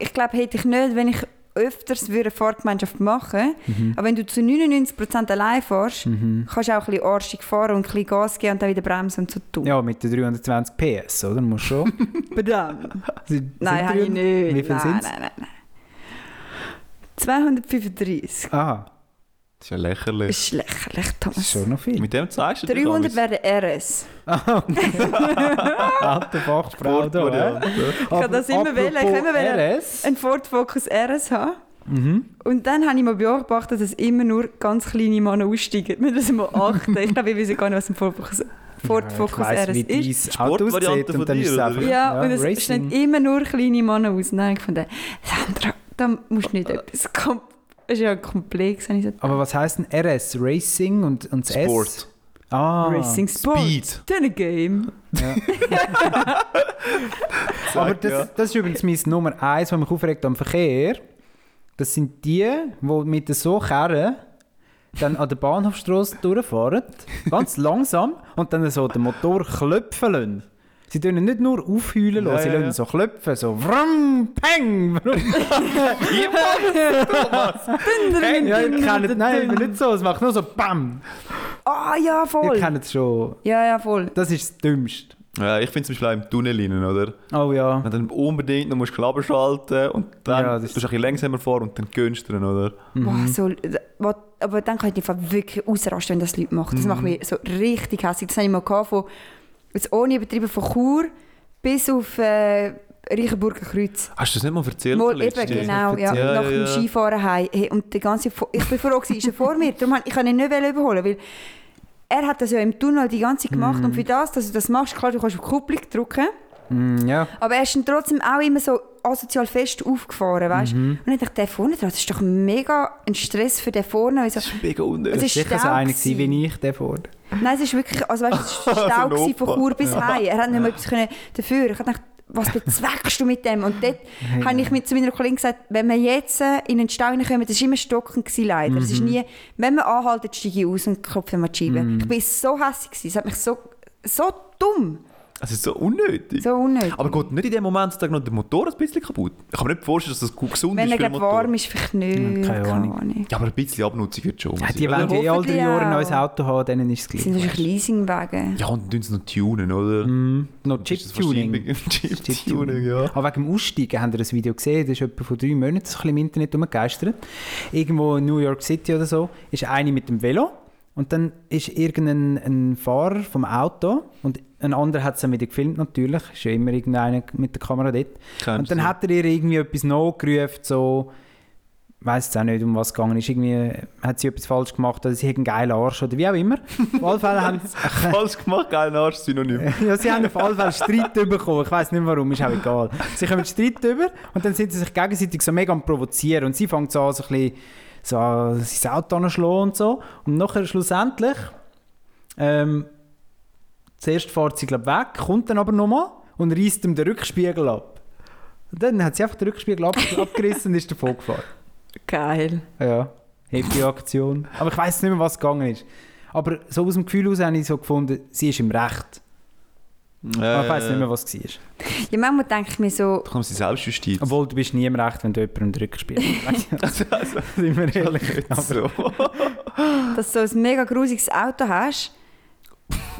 [SPEAKER 3] Ich glaube, hätte ich nicht, wenn ich öfters würde eine Fahrgemeinschaft machen
[SPEAKER 4] Mhm.
[SPEAKER 3] Aber wenn du zu 99% allein fährst, kannst du auch ein bisschen arschig fahren und ein bisschen Gas geben und dann wieder bremsen und so tun.
[SPEAKER 4] Ja, mit den 320 PS, oder? Muss schon.
[SPEAKER 3] Verdammt.
[SPEAKER 4] Sind-
[SPEAKER 3] Nein,
[SPEAKER 4] sind
[SPEAKER 3] habe ich
[SPEAKER 4] 300?
[SPEAKER 3] nicht.
[SPEAKER 4] Wie viel
[SPEAKER 3] nein,
[SPEAKER 4] sind es?
[SPEAKER 3] nein, nein, nein. 235.
[SPEAKER 4] Ah,
[SPEAKER 5] Das ist ja lächerlich.
[SPEAKER 3] Das ist lächerlich,
[SPEAKER 4] das ist
[SPEAKER 3] Thomas.
[SPEAKER 4] schon noch viel.
[SPEAKER 5] Mit dem zeigst du dir
[SPEAKER 3] 300
[SPEAKER 5] damals
[SPEAKER 3] werden RS.
[SPEAKER 4] Ah, Alter Fachfrau da, hä?
[SPEAKER 5] Sportvariante.
[SPEAKER 4] Aber
[SPEAKER 3] kann das immer wählen, ich kann immer
[SPEAKER 4] apropos
[SPEAKER 3] wählen.
[SPEAKER 4] RS.
[SPEAKER 3] einen Ford Focus RS haben. Und dann habe ich mal beobachtet, dass immer nur ganz kleine Männer aussteigen. Wir müssen mal achten. ich glaube, ich weiß gar nicht, was ein Ford Focus, Ford
[SPEAKER 4] Ja, ich
[SPEAKER 3] Focus
[SPEAKER 4] weiss,
[SPEAKER 3] RS
[SPEAKER 4] wie dein
[SPEAKER 3] ist.
[SPEAKER 4] Auto
[SPEAKER 5] Sportvariante
[SPEAKER 4] aussieht
[SPEAKER 5] von
[SPEAKER 4] und dann
[SPEAKER 5] dir,
[SPEAKER 4] ist es
[SPEAKER 5] oder
[SPEAKER 4] einfach...
[SPEAKER 5] wie?
[SPEAKER 3] Ja, und es
[SPEAKER 4] Racing.
[SPEAKER 3] stehen immer nur kleine Männer aus. Nein, ich fand, Sandra, da musst du nicht etwas... kom- Das ist ja komplex. habe Ich gesagt.
[SPEAKER 4] Äh. Aber was heisst denn RS? Racing und, und das S?
[SPEAKER 5] Sport.
[SPEAKER 4] Ah.
[SPEAKER 3] Racing Sport.
[SPEAKER 5] Speed.
[SPEAKER 3] Dann ein Game.
[SPEAKER 4] Aber
[SPEAKER 5] Sagt,
[SPEAKER 4] das,
[SPEAKER 5] ja.
[SPEAKER 4] das ist übrigens mein Nummer eins, was mich aufregt am Verkehr. Das sind die, die mit so Kerren dann an der Bahnhofstrasse durchfahren, ganz langsam, und dann so den Motor klopfen lassen. Sie tun ihn nicht nur aufheulen,
[SPEAKER 5] Ja,
[SPEAKER 4] lassen, sie
[SPEAKER 5] ja,
[SPEAKER 4] lassen
[SPEAKER 5] ja.
[SPEAKER 4] ihn so klopfen, so vrm, peng. Peng, ja, ihr kennt nein, nicht so, es macht nur so bam.
[SPEAKER 3] Ah, ja,
[SPEAKER 4] Ihr
[SPEAKER 3] voll.
[SPEAKER 4] kennt es schon.
[SPEAKER 3] Ja, ja, voll.
[SPEAKER 4] Das ist das Dümmste.
[SPEAKER 5] Ja, ich finde zum Beispiel auch im Tunnel rein, oder?
[SPEAKER 4] Oh ja.
[SPEAKER 5] Wenn du dann unbedingt noch musst Klappen schalten und dann
[SPEAKER 4] Ja, das
[SPEAKER 5] musst
[SPEAKER 4] ist-
[SPEAKER 5] du ein bisschen langsamer fahren und dann gönnst du ihn, oder?
[SPEAKER 3] Boah, so, was- aber dann könnte ich einfach wirklich ausrasten, wenn das Leute machen. Das macht mich so richtig hässlich. Das hatte ich mal gehabt von, jetzt ohne übertrieben, von Chur bis auf äh, Reichenburger Kreuz.
[SPEAKER 5] Hast du das nicht mal erzählt?
[SPEAKER 3] Mal eben,
[SPEAKER 5] letztens?
[SPEAKER 3] genau, ja,
[SPEAKER 5] Ja,
[SPEAKER 3] nach
[SPEAKER 5] ja,
[SPEAKER 3] dem
[SPEAKER 5] ja.
[SPEAKER 3] Skifahren heim. Hey, und die ganze, Fo- ich bin froh, gewesen, ist er vor mir, darum han- ich kann ihn nicht überholen, weil er hat das ja im Tunnel die ganze Zeit gemacht und für das, dass du das machst, klar, du kannst auf die Kupplung drücken,
[SPEAKER 4] Mm, ja.
[SPEAKER 3] aber er ist dann trotzdem auch immer so asozial fest aufgefahren, weißt?
[SPEAKER 5] Mhm.
[SPEAKER 3] Und ich dachte, der vorne dran, das ist doch mega ein Stress für den vorne. Also,
[SPEAKER 5] Das ist mega unnötig.
[SPEAKER 3] Es ist
[SPEAKER 4] Sicher so
[SPEAKER 3] Stau
[SPEAKER 4] einer gewesen
[SPEAKER 3] gewesen.
[SPEAKER 4] wie ich, der vor.
[SPEAKER 3] nein, es ist wirklich, also weißt, es war
[SPEAKER 5] So ein
[SPEAKER 3] Stau gewesen von
[SPEAKER 5] Opa.
[SPEAKER 3] Chur bis heim. Er hat nicht mehr etwas können dafür. Ich habe gedacht, was bezweckst du mit dem? Und dort habe ich mit zu meiner Kollegin gesagt, wenn wir jetzt äh, in den Stau reinkommen, das war immer stockend gewesen, leider. Es
[SPEAKER 5] Mhm.
[SPEAKER 3] ist nie, wenn wir anhalten, steige ich aus und klopfe mal die Scheibe. Ich war so hässlich, gewesen. es hat mich so, so dumm,
[SPEAKER 5] Es ist so unnötig.
[SPEAKER 3] so unnötig.
[SPEAKER 5] Aber geht nicht in dem Moment noch der Motor ein bisschen kaputt? Ich kann mir nicht vorstellen, dass das gut gesund
[SPEAKER 3] wenn
[SPEAKER 5] ist
[SPEAKER 3] er
[SPEAKER 5] für den
[SPEAKER 3] glaub,
[SPEAKER 5] Motor.
[SPEAKER 3] warm ist, vielleicht nicht.
[SPEAKER 4] Keine Ahnung.
[SPEAKER 5] Ja, aber ein bisschen Abnutzung wird schon.
[SPEAKER 4] Ja,
[SPEAKER 5] sein,
[SPEAKER 4] die
[SPEAKER 5] oder?
[SPEAKER 4] wollen eh alle drei
[SPEAKER 3] Hoffentlich
[SPEAKER 4] Jahre ein
[SPEAKER 3] auch.
[SPEAKER 4] neues Auto haben, denen ist es
[SPEAKER 3] Das
[SPEAKER 4] gleich.
[SPEAKER 3] sind natürlich Leasingwagen.
[SPEAKER 5] ja, und dann tun sie noch tunen, oder?
[SPEAKER 4] Mhm. Noch
[SPEAKER 5] Ist das
[SPEAKER 4] Chip-Tuning.
[SPEAKER 5] wahrscheinlich- Chip-Tuning,
[SPEAKER 4] Chip-Tuning,
[SPEAKER 5] ja.
[SPEAKER 4] Aber wegen dem Aussteigen habt ihr das Video gesehen, das ist etwa vor drei Monaten so ein bisschen im Internet rumgegeistert. Irgendwo in New York City oder so, ist eine mit dem Velo und dann ist irgendein ein Fahrer vom Auto und ein anderer hat es dann wieder gefilmt natürlich, ist ja immer irgendeiner mit der Kamera dort.
[SPEAKER 5] Kennst
[SPEAKER 4] und dann
[SPEAKER 5] du.
[SPEAKER 4] hat er ihr irgendwie etwas nachgerufen, so weiß auch nicht, um was es gegangen ist. Irgendwie hat sie etwas falsch gemacht oder sie hat einen geilen Arsch oder wie auch immer. Auf alle Fälle haben
[SPEAKER 5] Falsch gemacht, geilen Arsch, Synonym.
[SPEAKER 4] ja, sie haben auf alle Fälle Streit bekommen. Ich weiß nicht warum, ist auch egal. Sie kommen Streit über und dann sind sie sich gegenseitig so mega am Provozieren. Und sie fängt so an, so ein bisschen so an sein Auto anzuschlagen und so. Und nachher schlussendlich, ähm, zuerst fährt sie, glaube weg, kommt dann aber nochmal und reißt ihm den Rückspiegel ab. Und dann hat sie einfach den Rückspiegel ab abgerissen und ist davon gefahren.
[SPEAKER 3] Geil.
[SPEAKER 4] Ja, heftige Aktion. Aber ich weiß nicht mehr, was gegangen ist. Aber so aus dem Gefühl heraus habe ich so gefunden, sie ist im Recht. Aber ich weiß nicht mehr, was es war.
[SPEAKER 3] Ja, manchmal denke ich mir so,
[SPEAKER 5] Da kann man sich selbst justieren.
[SPEAKER 4] Obwohl, du bist nie im Recht, wenn du jemandem den Rückspiegel
[SPEAKER 5] Also, also,
[SPEAKER 4] Sind wir ehrlich.
[SPEAKER 5] nicht so.
[SPEAKER 3] dass du so ein mega grusiges Auto hast,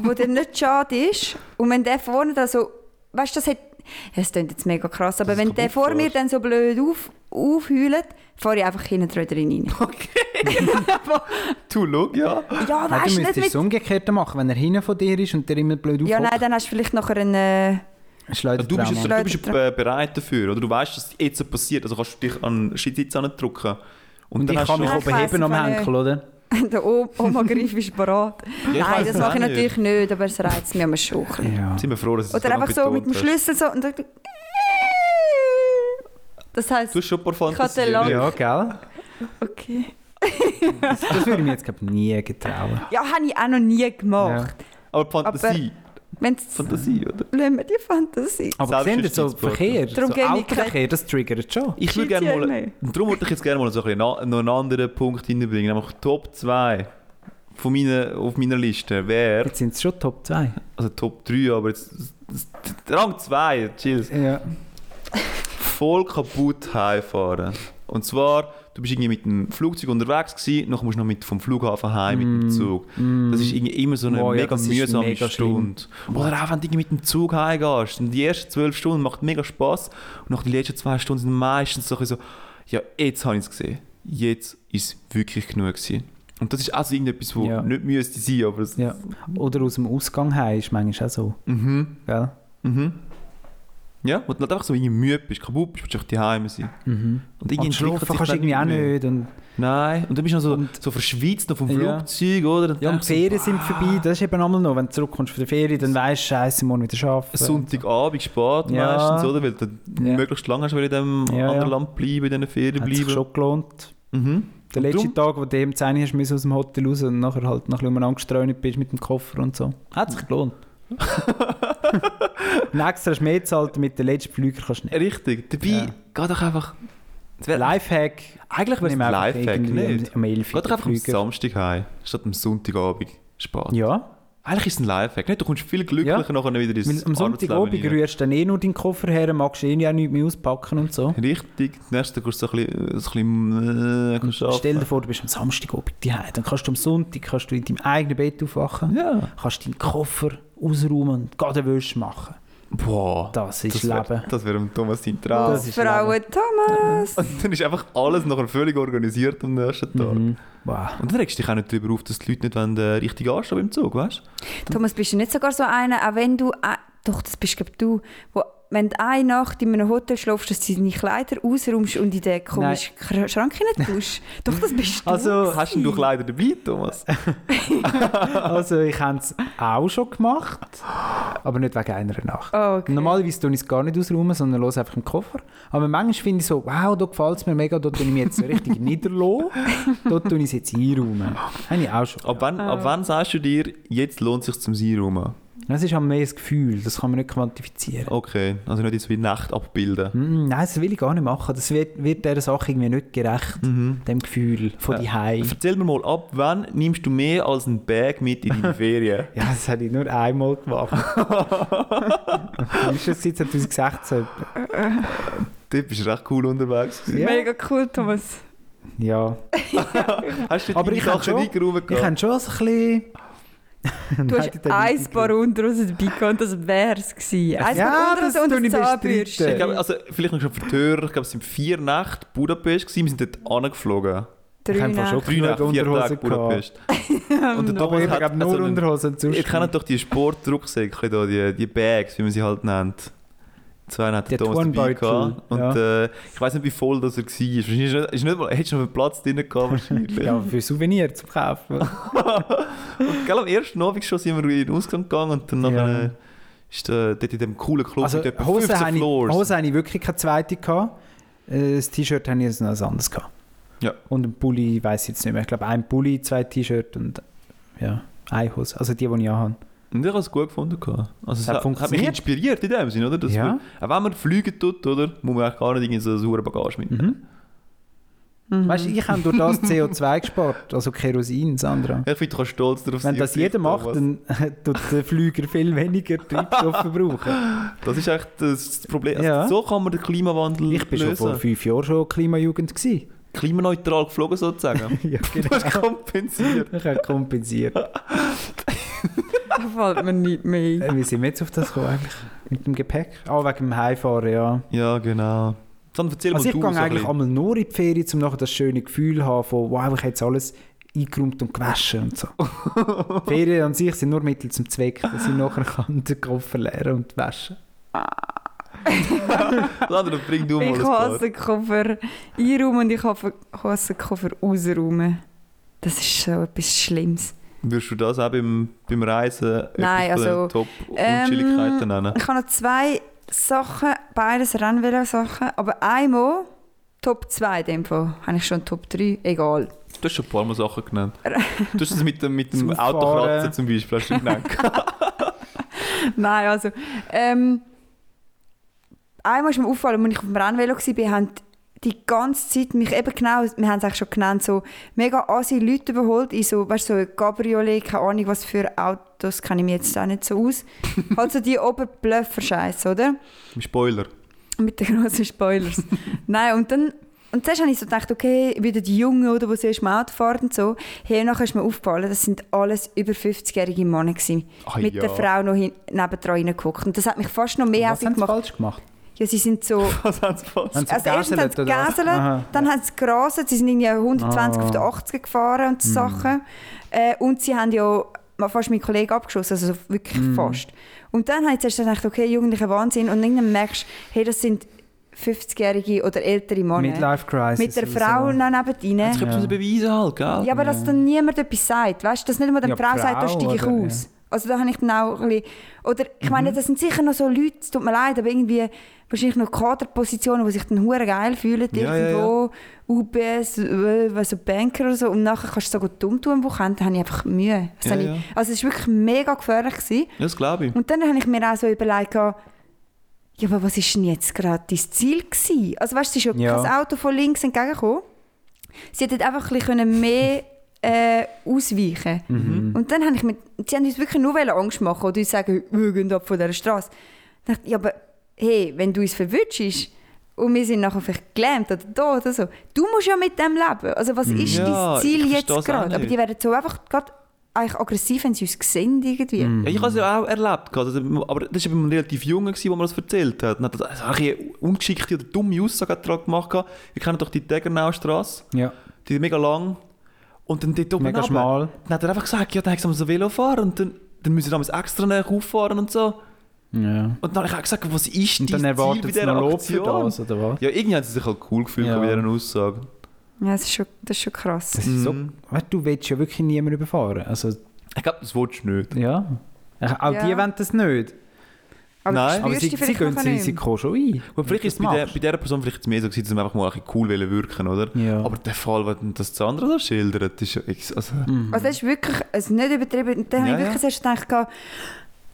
[SPEAKER 3] wo dir nicht schade ist. Und wenn der vorne da so, weißt du, das hat, es klingt jetzt mega krass, aber
[SPEAKER 5] Dass es
[SPEAKER 3] wenn der
[SPEAKER 5] kaputt
[SPEAKER 3] vor mir
[SPEAKER 5] fährst.
[SPEAKER 3] dann so blöd auf, aufheult, fahre ich einfach hinten dran rein.
[SPEAKER 5] Du, schau, ja.
[SPEAKER 3] Ja, weißt du,
[SPEAKER 4] Nein, du
[SPEAKER 3] nicht
[SPEAKER 4] müsstest es
[SPEAKER 3] mit...
[SPEAKER 4] umgekehrt machen, wenn er hinten von dir ist und der immer blöd
[SPEAKER 3] Ja, nein,
[SPEAKER 4] aufhockt.
[SPEAKER 3] dann hast du vielleicht nachher einen... Äh,
[SPEAKER 4] schleudert
[SPEAKER 5] Du
[SPEAKER 4] er
[SPEAKER 5] bist,
[SPEAKER 4] auch
[SPEAKER 5] jetzt,
[SPEAKER 4] mal.
[SPEAKER 5] du bist äh, bereit dafür, oder? Du weißt, dass jetzt so passiert. Also kannst du dich an den Sitz drücken. Und,
[SPEAKER 4] Und
[SPEAKER 5] dann
[SPEAKER 4] ich
[SPEAKER 5] hast
[SPEAKER 4] kann
[SPEAKER 5] du
[SPEAKER 4] mich
[SPEAKER 3] schon-
[SPEAKER 4] oben
[SPEAKER 3] Ich weiss
[SPEAKER 4] heben am
[SPEAKER 3] es auch nicht.
[SPEAKER 4] Henkel, oder?
[SPEAKER 3] der O- Oma-Griff ist parat. nein,
[SPEAKER 5] ich weiss
[SPEAKER 3] das
[SPEAKER 5] es
[SPEAKER 3] mache ich
[SPEAKER 5] auch
[SPEAKER 3] natürlich nicht, aber es reizt mich immer schon. ein bisschen.
[SPEAKER 4] Ja.
[SPEAKER 5] Sind wir froh, dass es
[SPEAKER 3] Oder einfach so mit dem
[SPEAKER 5] betont hast.
[SPEAKER 3] Schlüssel so und dann... Das heisst,
[SPEAKER 5] Du hast schon ein paar
[SPEAKER 3] Ich hatte
[SPEAKER 5] Fantasien.
[SPEAKER 3] lange-
[SPEAKER 4] Ja, gell?
[SPEAKER 3] okay.
[SPEAKER 4] Das würde ich mir jetzt glaub, nie getrauen.
[SPEAKER 3] Ja, habe ich auch noch nie
[SPEAKER 4] Ja.
[SPEAKER 3] gemacht.
[SPEAKER 5] Aber die Fantasie.
[SPEAKER 3] Wenn es
[SPEAKER 5] Fantasie, oder?
[SPEAKER 3] Lassen wir die Fantasie.
[SPEAKER 4] Aber
[SPEAKER 5] Selbst
[SPEAKER 4] seht ihr, so
[SPEAKER 5] ist es
[SPEAKER 4] Verkehr,
[SPEAKER 3] Darum
[SPEAKER 4] so
[SPEAKER 3] geh ich nicht
[SPEAKER 4] Autoverkehr, das triggert schon.
[SPEAKER 5] Ich würde
[SPEAKER 3] GTA
[SPEAKER 5] gerne mal.
[SPEAKER 3] nein.
[SPEAKER 5] und Darum würde ich jetzt gerne mal so ein bisschen na, noch einen anderen Punkt hineinbringen. Nämlich Top 2 von meiner, auf meiner Liste wäre.
[SPEAKER 4] Jetzt sind es schon Top 2.
[SPEAKER 5] Also Top 3, aber jetzt. das- das- Rang 2, chills.
[SPEAKER 4] Ja.
[SPEAKER 5] Voll kaputt heimfahren. Und zwar, du bist irgendwie mit dem Flugzeug unterwegs gewesen, nachher musst du noch mit, vom Flughafen heim mit dem Zug. Das ist irgendwie immer so eine
[SPEAKER 4] Wow, Mm. ja,
[SPEAKER 5] mega
[SPEAKER 4] das ist
[SPEAKER 5] mühsame
[SPEAKER 4] mega schlimm.
[SPEAKER 5] Stunde. Oder auch wenn du irgendwie mit dem Zug heimgehst. Und die ersten zwölf Stunden macht mega Spass. Und nach den letzten zwei Stunden sind meistens so, ein bisschen so ja, jetzt habe ich es gesehen. Jetzt ist es wirklich genug gewesen. Und das ist also irgendetwas, wo
[SPEAKER 4] Ja.
[SPEAKER 5] nicht müsste sein, aber es,
[SPEAKER 4] ja. Oder aus dem Ausgang heim ist manchmal auch so.
[SPEAKER 5] Mhm.
[SPEAKER 4] Gell?
[SPEAKER 5] Mhm. Ja, wo du halt einfach so irgendwie müde bist, kaputt bist, willst du daheim sein.
[SPEAKER 4] Mhm.
[SPEAKER 5] Und
[SPEAKER 4] Und
[SPEAKER 5] entwickelt
[SPEAKER 4] schlafen
[SPEAKER 5] sich
[SPEAKER 4] kannst du
[SPEAKER 5] dann
[SPEAKER 4] irgendwie auch
[SPEAKER 5] mehr.
[SPEAKER 4] nicht. Und
[SPEAKER 5] Nein, und dann bist du noch so, so verschwitzt noch vom
[SPEAKER 4] Ja.
[SPEAKER 5] Flugzeug, oder? Dann
[SPEAKER 4] Ja, und
[SPEAKER 5] denkst
[SPEAKER 4] die
[SPEAKER 5] du
[SPEAKER 4] Ferien sind vorbei, das ist eben einmal noch, wenn du zurückkommst von der Ferien, dann weißt du, scheiße, morgen wieder arbeiten.
[SPEAKER 5] so, Sonntagabend, spät
[SPEAKER 4] Ja.
[SPEAKER 5] meistens, oder? Weil du
[SPEAKER 4] Ja.
[SPEAKER 5] möglichst lange hast, weil in diesem
[SPEAKER 4] Ja, ja.
[SPEAKER 5] anderen Land bleiben, in diesen Ferien
[SPEAKER 4] Hat sich
[SPEAKER 5] bleiben.
[SPEAKER 4] schon gelohnt.
[SPEAKER 5] Mhm.
[SPEAKER 4] Der
[SPEAKER 5] Und
[SPEAKER 4] letzte
[SPEAKER 5] darum-
[SPEAKER 4] Tag, wo du eben 10 Uhr hast, müssen aus dem Hotel raus und nachher halt noch ein bisschen angestreut bist mit dem Koffer und so. Hat sich gelohnt. und extra hast du mehr gezahlt, damit der letzte Flüger kannst du nehmen.
[SPEAKER 5] Richtig, dabei,
[SPEAKER 4] Ja.
[SPEAKER 5] geh doch einfach. Es wär-
[SPEAKER 4] Lifehack.
[SPEAKER 5] Eigentlich wäre es ein
[SPEAKER 4] Nimm einfach
[SPEAKER 5] Lifehack,
[SPEAKER 4] irgendwie
[SPEAKER 5] nicht?
[SPEAKER 4] Am, am 11
[SPEAKER 5] Geh doch
[SPEAKER 4] den
[SPEAKER 5] einfach am
[SPEAKER 4] Flüger.
[SPEAKER 5] Samstag heim, statt am Sonntagabend spät.
[SPEAKER 4] Ja,
[SPEAKER 5] Eigentlich ist es ein Lifehack. nicht? Du kommst viel glücklicher
[SPEAKER 4] Ja.
[SPEAKER 5] nachher wieder ins
[SPEAKER 4] Wenn am Sonntagabend
[SPEAKER 5] rein.
[SPEAKER 4] rührst du dann eh nur deinen Koffer her, magst eh ja nichts mehr auspacken und so.
[SPEAKER 5] Richtig. Das nächste kannst du so ein bisschen, so ein bisschen äh,
[SPEAKER 4] Stell dir vor, du bist am Samstagabend daheim, dann kannst du am Sonntag kannst du in deinem eigenen Bett aufwachen,
[SPEAKER 5] Ja.
[SPEAKER 4] kannst deinen Koffer ausräumen und Gartenwäsche machen.
[SPEAKER 5] Boah.
[SPEAKER 4] Das ist
[SPEAKER 5] wär-
[SPEAKER 4] Leben.
[SPEAKER 5] Das wäre Thomas sein Traum.
[SPEAKER 4] Das ist
[SPEAKER 3] Frauen Thomas!
[SPEAKER 5] Und dann ist einfach alles nachher völlig organisiert am nächsten Tag.
[SPEAKER 4] Mhm. Wow.
[SPEAKER 5] Und dann regst du dich auch nicht darüber auf, dass die Leute nicht wollen, äh, richtig anstehen im Zug, weißt du?
[SPEAKER 3] Thomas, bist du nicht sogar so einer, auch wenn du. ein- doch, das bist glaub du. Wo, wenn du eine Nacht in einem Hotel schläfst, dass du deine Kleider ausräumst und in den komischen Kr- Schrank hinein tust. doch, das bist du.
[SPEAKER 4] Also,
[SPEAKER 5] Hast denn du Kleider dabei, Thomas?
[SPEAKER 4] also ich habe es auch schon gemacht, aber nicht wegen einer Nacht.
[SPEAKER 3] Oh, okay.
[SPEAKER 4] Normalerweise tue ich es gar nicht ausräumen, sondern los einfach im Koffer. Aber manchmal finde ich so, wow, da gefällt es mir mega, da tue ich mich jetzt so richtig niederlassen, da tue ich es jetzt einräumen. Habe ich auch schon.
[SPEAKER 5] Ab wann, ab wann sagst du dir, jetzt lohnt es sich zum Sein rum?
[SPEAKER 4] Das ist am meisten das Gefühl, das kann man nicht quantifizieren.
[SPEAKER 5] Okay, also nicht jetzt wie Nacht abbilden.
[SPEAKER 4] Mm, Nein, das will ich gar nicht machen. Das wird, wird dieser Sache irgendwie nicht gerecht, dem Gefühl von
[SPEAKER 5] Ja.
[SPEAKER 4] die Hei.
[SPEAKER 5] Erzähl mir mal, ab wann nimmst du mehr als ein Bag mit in deine Ferien?
[SPEAKER 4] Ja, das habe ich nur einmal gemacht. das ist seit 2016.
[SPEAKER 5] Dort bist du recht cool unterwegs. gewesen.
[SPEAKER 4] Ja.
[SPEAKER 3] Mega cool, Thomas.
[SPEAKER 4] ja.
[SPEAKER 5] Hast du
[SPEAKER 4] Aber
[SPEAKER 5] deine
[SPEAKER 4] ich habe
[SPEAKER 5] Sachen
[SPEAKER 4] schon-
[SPEAKER 5] eingeräumt
[SPEAKER 4] Ich
[SPEAKER 5] gehabt?
[SPEAKER 4] habe schon so ein bisschen...
[SPEAKER 3] Du
[SPEAKER 4] Nein,
[SPEAKER 3] hast
[SPEAKER 4] dort habe ich
[SPEAKER 3] ein
[SPEAKER 4] nicht
[SPEAKER 3] paar unter uns dabei gehabt und das wär's gewesen. Ein
[SPEAKER 4] Ja,
[SPEAKER 3] paar
[SPEAKER 4] das
[SPEAKER 3] unter uns
[SPEAKER 4] tue
[SPEAKER 3] und
[SPEAKER 4] ich
[SPEAKER 3] eine
[SPEAKER 4] bestreiten.
[SPEAKER 5] Ich glaube,
[SPEAKER 3] Zahnbürste.
[SPEAKER 5] also, vielleicht noch schon für die Hörer, ich glaube, es sind vier Nächte Budapest gewesen, wir sind dort angeflogen.
[SPEAKER 4] Ich
[SPEAKER 3] Drei
[SPEAKER 4] habe
[SPEAKER 3] Nächte.
[SPEAKER 4] schon
[SPEAKER 5] Drei Nächte,
[SPEAKER 4] genug
[SPEAKER 5] vier
[SPEAKER 4] Unterhosen
[SPEAKER 5] Tage
[SPEAKER 4] gehabt.
[SPEAKER 5] Budapest. Und der
[SPEAKER 4] Aber
[SPEAKER 5] Thomas
[SPEAKER 4] eben
[SPEAKER 5] hat
[SPEAKER 4] also nur
[SPEAKER 5] also einen-
[SPEAKER 4] Unterhosen und sonst
[SPEAKER 5] Ihr kennt doch die Sportrucksäcke, da, die, die Bags, wie man sie halt nennt. So einen hat der
[SPEAKER 4] Die
[SPEAKER 5] Thomas dabei
[SPEAKER 4] Turnbeutel,
[SPEAKER 5] gehabt. Und
[SPEAKER 4] ja.
[SPEAKER 5] äh, ich weiß nicht, wie voll das er war. Wahrscheinlich ist nicht, ist nicht mal, hättest du noch einen Platz drin gehabt, wahrscheinlich.
[SPEAKER 4] Ja, für Souvenir zu kaufen.
[SPEAKER 5] Und gell, am ersten Abend schon sind wir in den Ausgang gegangen und dann
[SPEAKER 4] Ja.
[SPEAKER 5] nachher ist äh, dort in dem coolen Club
[SPEAKER 4] Also
[SPEAKER 5] mit etwa
[SPEAKER 4] Hosen
[SPEAKER 5] 15
[SPEAKER 4] habe ich,
[SPEAKER 5] Floors.
[SPEAKER 4] Hosen habe ich wirklich keine zweite gehabt. Äh, Das T-Shirt habe ich jetzt noch ein anderes gehabt.
[SPEAKER 5] Ja.
[SPEAKER 4] Und ein Pulli, weiß ich jetzt nicht mehr. Ich glaube, ein Pulli, zwei T-Shirt und ja, eine Hose. Also die, die ich anhabe.
[SPEAKER 5] Und ich habe es gut gefunden. gehabt. Also es
[SPEAKER 4] hat
[SPEAKER 5] hat, hat mich
[SPEAKER 4] funktioniert.
[SPEAKER 5] inspiriert in dem Sinn, oder? Dass
[SPEAKER 4] Ja.
[SPEAKER 5] wir, auch wenn man fliegen tut, oder, muss man eigentlich gar nicht irgendwie so eine saure Bagage mitnehmen.
[SPEAKER 4] Mhm. Weißt du, ich habe durch das CO2 gespart. Also Kerosin, Sandra.
[SPEAKER 5] Ich bin total stolz darauf.
[SPEAKER 4] Wenn
[SPEAKER 5] sein,
[SPEAKER 4] das
[SPEAKER 5] dass ich
[SPEAKER 4] jeder macht,
[SPEAKER 5] Thomas-
[SPEAKER 4] dann tut der Flüger viel weniger Treibstoff verbrauchen.
[SPEAKER 5] Das ist echt das Problem. Also
[SPEAKER 4] Ja.
[SPEAKER 5] So kann man den Klimawandel
[SPEAKER 4] Ich bin schon
[SPEAKER 5] lösen.
[SPEAKER 4] vor fünf Jahren schon Klimajugend. Gewesen.
[SPEAKER 5] Klimaneutral geflogen sozusagen.
[SPEAKER 4] ja, genau.
[SPEAKER 5] Du hast kompensiert.
[SPEAKER 4] Ich habe kompensiert.
[SPEAKER 3] Da fällt mir nicht mehr ein.
[SPEAKER 4] Äh, Wie sind wir jetzt auf das gekommen eigentlich? Mit dem Gepäck? Ah, wegen dem Heimfahren, ja.
[SPEAKER 5] Ja, genau. Dann erzähl
[SPEAKER 4] Also
[SPEAKER 5] mal
[SPEAKER 4] ich
[SPEAKER 5] du
[SPEAKER 4] gehe
[SPEAKER 5] so
[SPEAKER 4] eigentlich
[SPEAKER 5] ein
[SPEAKER 4] einmal nur in die Ferien, um nachher das schöne Gefühl zu haben von «Wow, ich habe jetzt alles eingeräumt und gewaschen» und so. Die Ferien an sich sind nur Mittel zum Zweck, dass ich nachher kann den Koffer leeren und waschen
[SPEAKER 5] bisschen. Sandra, bring du mal
[SPEAKER 3] Ich
[SPEAKER 5] ein paar.
[SPEAKER 3] hasse den Koffer einräumen und ich hafe- hasse den Koffer ausräumen. Das ist so etwas Schlimmes.
[SPEAKER 5] Würdest du das auch beim, beim Reisen
[SPEAKER 3] Nein,
[SPEAKER 5] etwas von
[SPEAKER 3] also,
[SPEAKER 5] den top
[SPEAKER 3] ähm,
[SPEAKER 5] unchilligkeiten nennen?
[SPEAKER 3] Ich habe noch zwei Sachen, beides Rennvelo-Sachen, aber einmal Top 2 in dem Fall. Habe ich schon Top 3, egal.
[SPEAKER 5] Du hast schon ein paar Mal Sachen genannt. Du hast es mit dem, mit dem
[SPEAKER 4] Das Auffahren.
[SPEAKER 5] Autokratzen zum Beispiel hast du genannt.
[SPEAKER 3] Nein, also, ähm, einmal ist mir aufgefallen, als ich auf dem Rennvelo war, haben die ganze Zeit mich eben genau, wir haben es eigentlich schon genannt, so mega asi Leute überholt in so, weißt du, so ein Cabriolet, keine Ahnung, was für Autos, kenne ich mir jetzt auch nicht so aus. halt so die Oberblöffer-Scheiße, oder?
[SPEAKER 5] Spoiler.
[SPEAKER 3] Mit den grossen Spoilers. Nein, und dann und zuerst habe ich so gedacht, okay, wieder die Jungen, oder, die zuerst mal Auto fahren und so. Hey, und nachher ist mir aufgefallen, das sind alles über 50-jährige Männer gewesen.
[SPEAKER 5] Ah,
[SPEAKER 3] mit
[SPEAKER 5] ja.
[SPEAKER 3] der Frau noch hin, nebendran reingeguckt. Und das hat mich fast noch mehr
[SPEAKER 4] Was
[SPEAKER 3] hässlich
[SPEAKER 4] haben sie
[SPEAKER 3] gemacht.
[SPEAKER 4] falsch gemacht?
[SPEAKER 3] Ja, sie sind so...
[SPEAKER 5] Was hat's fast?
[SPEAKER 4] Haben sie
[SPEAKER 3] Also erstens haben
[SPEAKER 4] gegäselt
[SPEAKER 3] sie
[SPEAKER 4] oder was?
[SPEAKER 3] gegäselt,
[SPEAKER 4] Aha.
[SPEAKER 3] dann haben sie gerastet, sie sind irgendwie 120
[SPEAKER 4] Ah. Mhm.
[SPEAKER 3] auf die 80 gefahren und so Sachen. Äh, und sie haben ja mal fast meinen Kollegen abgeschossen, also so wirklich
[SPEAKER 4] Mhm.
[SPEAKER 3] fast. Und dann habe ich zuerst gedacht, okay, jugendlicher Wahnsinn. Und dann merkst du, hey, das sind 50-jährige oder ältere Männer.
[SPEAKER 4] Midlife Crisis.
[SPEAKER 3] Mit der
[SPEAKER 4] oder so.
[SPEAKER 3] Frau
[SPEAKER 5] genau.
[SPEAKER 3] noch neben
[SPEAKER 5] Ich
[SPEAKER 3] ihnen.
[SPEAKER 5] habe so Beweise halt, gell?
[SPEAKER 3] Ja, aber dass dann niemand etwas sagt, weißt du, dass nicht mal der
[SPEAKER 4] Ja,
[SPEAKER 3] Frau sagt, da
[SPEAKER 4] Frau
[SPEAKER 3] steige ich
[SPEAKER 4] oder-
[SPEAKER 3] aus. Also da habe ich dann auch ein bisschen, oder ich
[SPEAKER 5] Mhm.
[SPEAKER 3] meine, das sind sicher noch so Leute, es tut mir leid, aber irgendwie wahrscheinlich noch Kaderpositionen, die sich dann hure geil fühlen,
[SPEAKER 5] Ja, ja,
[SPEAKER 3] irgendwo, UBS, äh, was so Banker oder so, und nachher kannst du so gut dumm tun am Wochenende, da habe ich einfach Mühe. Das
[SPEAKER 5] Ja,
[SPEAKER 3] habe
[SPEAKER 5] ja.
[SPEAKER 3] Ich, also es war wirklich mega gefährlich. Gewesen.
[SPEAKER 5] Ja, das glaube ich.
[SPEAKER 3] Und dann habe ich mir auch so überlegt, ja, aber was ist denn jetzt gerade dein Ziel gewesen? Also weißt du, es ist ja,
[SPEAKER 4] Ja.
[SPEAKER 3] kein Auto von links entgegengekommen. Sie hätten einfach ein bisschen mehr äh, ausweichen. Und dann habe ich mit, sie haben uns wirklich nur wollen Angst machen und uns sagen, wir gehen ab von dieser Straße. Ich dachte, ja, aber hey, wenn du uns verwirrst und wir sind nachher vielleicht gelähmt oder tot oder so, du musst ja mit dem leben. Also was ist dein
[SPEAKER 5] Ja, ich
[SPEAKER 3] Ziel jetzt
[SPEAKER 5] verstehe es auch
[SPEAKER 3] gerade? Aber
[SPEAKER 5] nicht.
[SPEAKER 3] die werden so einfach gerade eigentlich aggressiv, wenn sie uns sehen irgendwie.
[SPEAKER 5] Ja, ich habe es ja auch erlebt. gehabt. Also, aber das war eben relativ jung, gewesen, wo man das erzählt hat. Dann hat er so eine ein ungeschickte oder dumme Aussage hat er halt gemacht. gehabt. Ihr kennt doch die Degernaustrasse,
[SPEAKER 4] Ja.
[SPEAKER 5] die ist mega lang. Und dann dort oben
[SPEAKER 4] Mega
[SPEAKER 5] runter.
[SPEAKER 4] schmal.
[SPEAKER 5] Dann hat er einfach gesagt, ja, dann haben so Velo fahren und dann, dann müssen wir damals extra näher rauffahren und so.
[SPEAKER 4] ja.
[SPEAKER 5] Und dann habe ich auch gesagt, was ist
[SPEAKER 4] Und dann
[SPEAKER 5] dein Ziel bei
[SPEAKER 4] erwartet es
[SPEAKER 5] dieser
[SPEAKER 4] noch Lob für
[SPEAKER 5] Aktion?
[SPEAKER 4] das, oder was?
[SPEAKER 5] Ja, irgendwie haben sie sich halt cool gefühlt
[SPEAKER 4] Ja.
[SPEAKER 5] bei dieser Aussage.
[SPEAKER 3] Ja, das ist schon, das ist schon krass.
[SPEAKER 4] Das ist so,
[SPEAKER 5] Mhm.
[SPEAKER 4] weißt, du willst ja wirklich niemanden überfahren. Also,
[SPEAKER 5] Ich glaube, das willst du nicht.
[SPEAKER 4] ja. Auch
[SPEAKER 3] Ja.
[SPEAKER 4] die wollen das nicht.
[SPEAKER 3] aber
[SPEAKER 5] nein,
[SPEAKER 3] das
[SPEAKER 4] Aber
[SPEAKER 3] spürst du
[SPEAKER 4] sie, sie
[SPEAKER 3] vielleicht
[SPEAKER 4] gehen
[SPEAKER 3] nachher
[SPEAKER 4] das
[SPEAKER 3] nicht.
[SPEAKER 4] Risiko schon ein.
[SPEAKER 5] Und vielleicht ist es bei, der, bei dieser Person vielleicht mehr so, gewesen, dass man einfach mal ein bisschen cool wollen wirken oder?
[SPEAKER 4] Ja.
[SPEAKER 5] Aber der Fall, wenn das das andere so schildert, ist ja... ex- Also,
[SPEAKER 3] Also das ist wirklich also nicht übertrieben. Und Dann
[SPEAKER 5] Ja,
[SPEAKER 3] habe ich
[SPEAKER 5] ja.
[SPEAKER 3] wirklich zuerst gedacht, gehabt,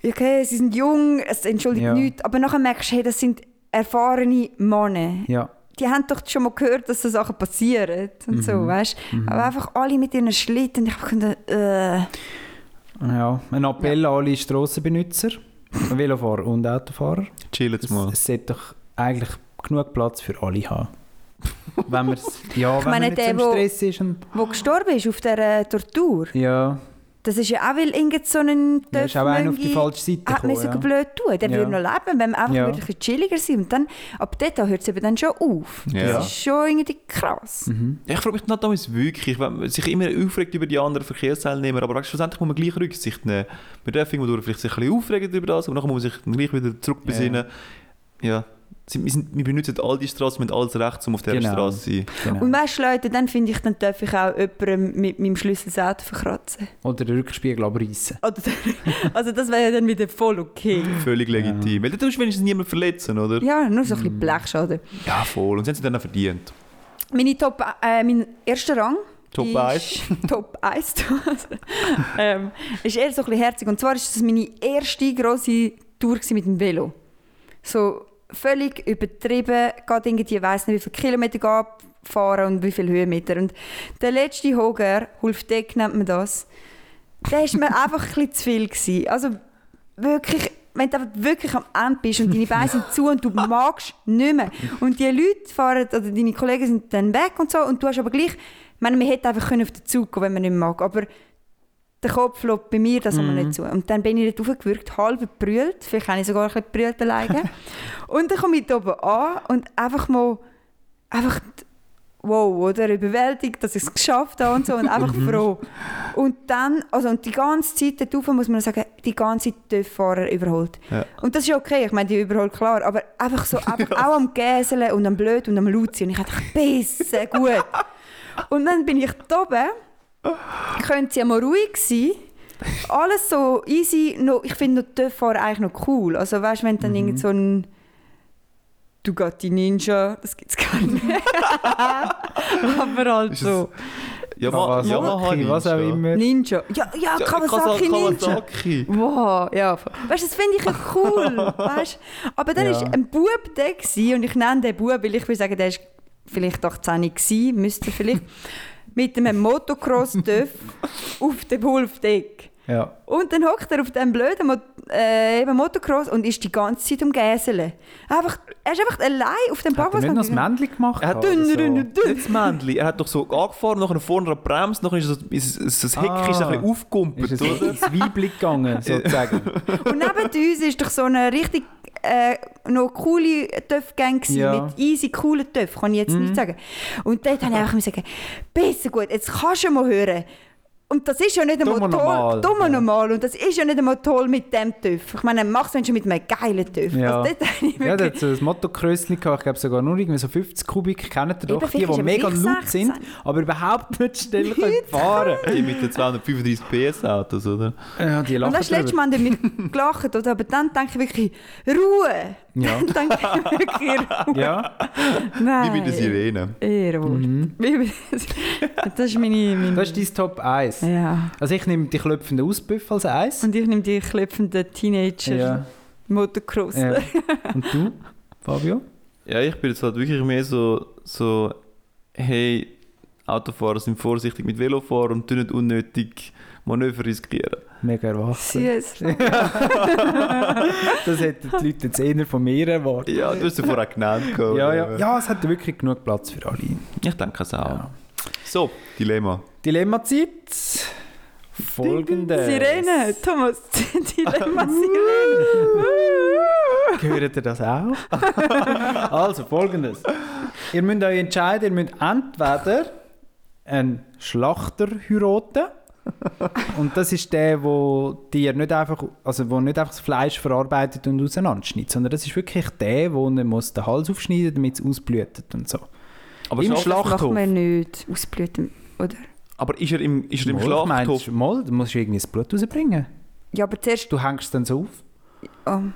[SPEAKER 3] okay, sie sind jung, es entschuldigt
[SPEAKER 4] Ja.
[SPEAKER 3] nichts. Aber nachher merkst du, hey, das sind erfahrene Männer.
[SPEAKER 4] Ja.
[SPEAKER 3] Die haben doch schon mal gehört, dass so Sachen passieren und
[SPEAKER 4] Mhm.
[SPEAKER 3] so, weißt Aber einfach alle mit ihren Schlitten. Ich habe äh,
[SPEAKER 4] ja. Ein Appell an alle Strassenbenutzer, Velofahrer und Autofahrer.
[SPEAKER 5] Chill jetzt
[SPEAKER 4] Es,
[SPEAKER 5] mal.
[SPEAKER 4] es sollte doch eigentlich genug Platz für alle haben. wenn man ja, wenn
[SPEAKER 3] meine,
[SPEAKER 4] man nicht so
[SPEAKER 3] der,
[SPEAKER 4] im
[SPEAKER 3] wo-
[SPEAKER 4] Stress ist. Und,
[SPEAKER 3] wo gestorben ist auf der äh, Tortur.
[SPEAKER 4] ja,
[SPEAKER 3] Das ist ja auch, weil irgend so ein
[SPEAKER 4] da ist auch einer auf die
[SPEAKER 3] Töpfmönchi-
[SPEAKER 4] falsche Seite
[SPEAKER 3] hat
[SPEAKER 4] gekommen.
[SPEAKER 3] müssen
[SPEAKER 4] Ja.
[SPEAKER 3] Ah, blöd tun. Der
[SPEAKER 4] Ja.
[SPEAKER 3] würde noch leben, wenn man einfach
[SPEAKER 4] Ja.
[SPEAKER 3] würde ein bisschen chilliger sein Und dann, ab dort hört es eben dann schon auf.
[SPEAKER 5] Ja.
[SPEAKER 3] Das ist schon irgendwie krass.
[SPEAKER 4] Mhm,
[SPEAKER 5] Ich frage mich noch damals wirklich, wenn man sich immer aufregt über die anderen Verkehrsteilnehmer, aber weißt, du, schlussendlich muss man gleich Rücksicht nehmen. Man darf irgendwo durch vielleicht sich ein bisschen aufregen über das, aber nachher muss man sich dann gleich wieder zurückbesinnen. Ja. Sie- Wir, sind, wir benutzen all die Straßen, wir haben alles Recht, um auf dieser
[SPEAKER 4] Genau.
[SPEAKER 5] Straße zu sein.
[SPEAKER 4] Genau.
[SPEAKER 3] Und weißt du, Leute, dann finde ich, dann darf ich auch jemandem mit meinem Schlüssel das Auto verkratzen.
[SPEAKER 4] Oder den Rückspiegel abreißen.
[SPEAKER 3] Oder, also das wäre ja dann wieder voll okay.
[SPEAKER 5] Völlig legitim. Weil dann tust du wenigstens niemanden verletzen, oder?
[SPEAKER 3] Ja, nur so ein
[SPEAKER 4] Mm.
[SPEAKER 3] bisschen Blechschaden.
[SPEAKER 5] Ja, voll. Und sie haben sie dann auch verdient.
[SPEAKER 3] Meine Top, äh, mein erster Rang
[SPEAKER 5] Top
[SPEAKER 3] ist-
[SPEAKER 5] 1.
[SPEAKER 3] Top 1. ähm, ist eher so ein bisschen herzig. Und zwar ist das meine erste grosse Tour gewesen mit dem Velo. So völlig übertrieben, gerade irgendwie, ich weiss nicht, wie viele Kilometer gab fahren und wie viele Höhenmeter. Und der letzte Hoger, Hulf Deck nennt man das, der war mir einfach ein bisschen zu viel. Gewesen. Also wirklich, wenn du einfach wirklich am Ende bist und deine Beine sind zu und du magst nicht mehr. Und die Leute fahren, oder deine Kollegen sind dann weg und so und du hast aber gleich, ich meine, man hätte einfach können auf den Zug gehen wenn man nicht mag, aber der Kopf flog bei mir das mm. nicht zu. Und dann bin ich dort aufgewürgt, halb gebrüllt, vielleicht habe ich sogar ein bisschen gebrüllt alleine. und dann komme ich da oben an und einfach mal, einfach, wow, oder, überwältigt, dass ich es geschafft habe und so und einfach froh. Und dann, also und die ganze Zeit dort rauf, muss man sagen, die ganze Zeit die Fahrer überholt.
[SPEAKER 5] Ja.
[SPEAKER 3] Und das ist ja okay, ich meine, die überholt klar, aber einfach so, einfach auch am Gäseln und am Blöd und am Luzi. Und ich dachte, besser, gut. Und dann bin ich da oben, können sie ja mal ruhig sein. Alles so easy, noch, ich finde noch die Fahrer eigentlich noch cool. Also weißt du, wenn
[SPEAKER 5] Mhm.
[SPEAKER 3] dann irgend so ein Dugatti Ninja, das gibt es gar nicht. aber halt
[SPEAKER 5] Ist
[SPEAKER 3] so.
[SPEAKER 5] Yama-
[SPEAKER 4] Kawasaki, was auch
[SPEAKER 5] Ninja.
[SPEAKER 4] immer.
[SPEAKER 3] Ninja. Ja, ja,
[SPEAKER 5] Ja,
[SPEAKER 3] Kawasaki Ninja.
[SPEAKER 5] Kawasaki.
[SPEAKER 3] Wow, ja. Weißt du, das finde ich ja cool. weißt? Aber dann
[SPEAKER 4] Ja.
[SPEAKER 3] war ein Bub da gewesen, und ich nenne den Bub, weil ich würde sagen, der war vielleicht 18 gewesen, müsste vielleicht, mit einem Motocross-Töff auf dem Wolfdeck.
[SPEAKER 4] Ja.
[SPEAKER 3] Und dann hockt er auf diesem blöden Mot äh, eben Motocross und ist die ganze Zeit am Gäseln. Einfach, er ist einfach allein auf dem
[SPEAKER 4] Hat er
[SPEAKER 3] Parkplatz.
[SPEAKER 4] nicht noch das Männchen gemacht?
[SPEAKER 5] Er hat
[SPEAKER 4] oder
[SPEAKER 3] Dünn,
[SPEAKER 4] so?
[SPEAKER 3] dünn, dünn.
[SPEAKER 5] Nicht das Männchen. Er hat doch so angefahren, nachher vorne an die Bremse, nachher ist das, ist, ist das Heck ist ein
[SPEAKER 4] Ah.
[SPEAKER 5] bisschen aufgekumpelt,
[SPEAKER 4] Ist es
[SPEAKER 5] oder?
[SPEAKER 4] ins Weibli gegangen, sozusagen.
[SPEAKER 3] Und neben uns ist doch so eine richtig äh, noch coole Töpfgang
[SPEAKER 4] Ja. Mhm.
[SPEAKER 3] mit easy coolen Töpfen, kann ich jetzt nicht sagen. Und dort habe ich einfach sagen, besser gut, jetzt kannst du mal hören. Und das ist ja nicht einmal
[SPEAKER 4] Dummer normal.
[SPEAKER 3] toll. Dummer
[SPEAKER 4] Ja.
[SPEAKER 3] normal. Und das ist ja nicht einmal toll mit dem TÜV. Ich meine, machst du schon mit einem geilen TÜV.
[SPEAKER 4] Ja,
[SPEAKER 3] Also dort habe ich
[SPEAKER 4] ja der
[SPEAKER 3] wirklich...
[SPEAKER 4] hat so ein Motocrösschen gehabt, ich glaube sogar nur irgendwie so 50 Kubik, kennt ihr
[SPEAKER 3] Eben,
[SPEAKER 4] doch, die,
[SPEAKER 3] vielleicht
[SPEAKER 4] die
[SPEAKER 3] ist
[SPEAKER 4] mega
[SPEAKER 3] er
[SPEAKER 4] laut
[SPEAKER 3] vielleicht
[SPEAKER 4] sind,
[SPEAKER 3] 16.
[SPEAKER 4] aber überhaupt nicht schnell können fahren
[SPEAKER 5] Die mit den 235 PS-Autos, oder?
[SPEAKER 4] Ja, die
[SPEAKER 3] Und
[SPEAKER 4] lachen
[SPEAKER 3] das letzte
[SPEAKER 4] drüber.
[SPEAKER 3] Mal haben wir gelacht, oder? aber dann denke ich wirklich, Ruhe!
[SPEAKER 4] Ja.
[SPEAKER 3] Dann denke ich wirklich, Ruhe.
[SPEAKER 4] Ja,
[SPEAKER 5] Wie
[SPEAKER 4] Äh.
[SPEAKER 3] Nein.
[SPEAKER 5] bei der Sirene.
[SPEAKER 3] Ehrenwort. Wie bei der- Das ist meine... meine
[SPEAKER 4] Mhm. das ist dein Top 1.
[SPEAKER 3] ja.
[SPEAKER 4] Also ich nehme die klopfenden Auspuff als 1.
[SPEAKER 3] Und ich nehme die klopfenden Teenager
[SPEAKER 4] Ja,
[SPEAKER 3] Motocross.
[SPEAKER 4] ja. Und du, Fabio?
[SPEAKER 5] Ja, ich bin jetzt halt wirklich mehr so, so hey, Autofahrer sind vorsichtig mit Velofahren und tun nicht unnötig Manöver riskieren.
[SPEAKER 4] Mega erwachsen.
[SPEAKER 3] Süß.
[SPEAKER 4] Das hätten die Leute jetzt eher von mir erwartet.
[SPEAKER 5] Ja, du hast es vorher genannt. gehabt,
[SPEAKER 4] Ja, Oh, ja.
[SPEAKER 5] oder?
[SPEAKER 4] ja, es hat wirklich genug Platz für alle.
[SPEAKER 5] Ich denke es auch.
[SPEAKER 4] Ja.
[SPEAKER 5] So, Dilemma.
[SPEAKER 4] Dilemma-Zeit. Folgende.
[SPEAKER 3] Sirene, Thomas, Dilemma Sirene.
[SPEAKER 4] Gehört ihr das auch? also folgendes. Ihr müsst euch entscheiden, ihr müsst entweder einen Schlachter heiraten. und das ist der, wo dir nicht einfach, also wo nicht einfach das Fleisch verarbeitet und auseinanderschneidet, sondern das ist wirklich der, wo man muss den Hals aufschneiden, damit es ausblüht und so.
[SPEAKER 5] Aber,
[SPEAKER 4] Im
[SPEAKER 5] Schlaf-
[SPEAKER 4] Schlachthof.
[SPEAKER 3] Macht man nicht. Ausblüten, oder?
[SPEAKER 5] aber ist er im, ist er im
[SPEAKER 4] Mal, meinst
[SPEAKER 5] Schlachthof?
[SPEAKER 4] du, mal, du musst irgendwie das Blut rausbringen.
[SPEAKER 3] Ja, aber zuerst. oh,
[SPEAKER 4] Du hängst es dann so auf.
[SPEAKER 3] ähm,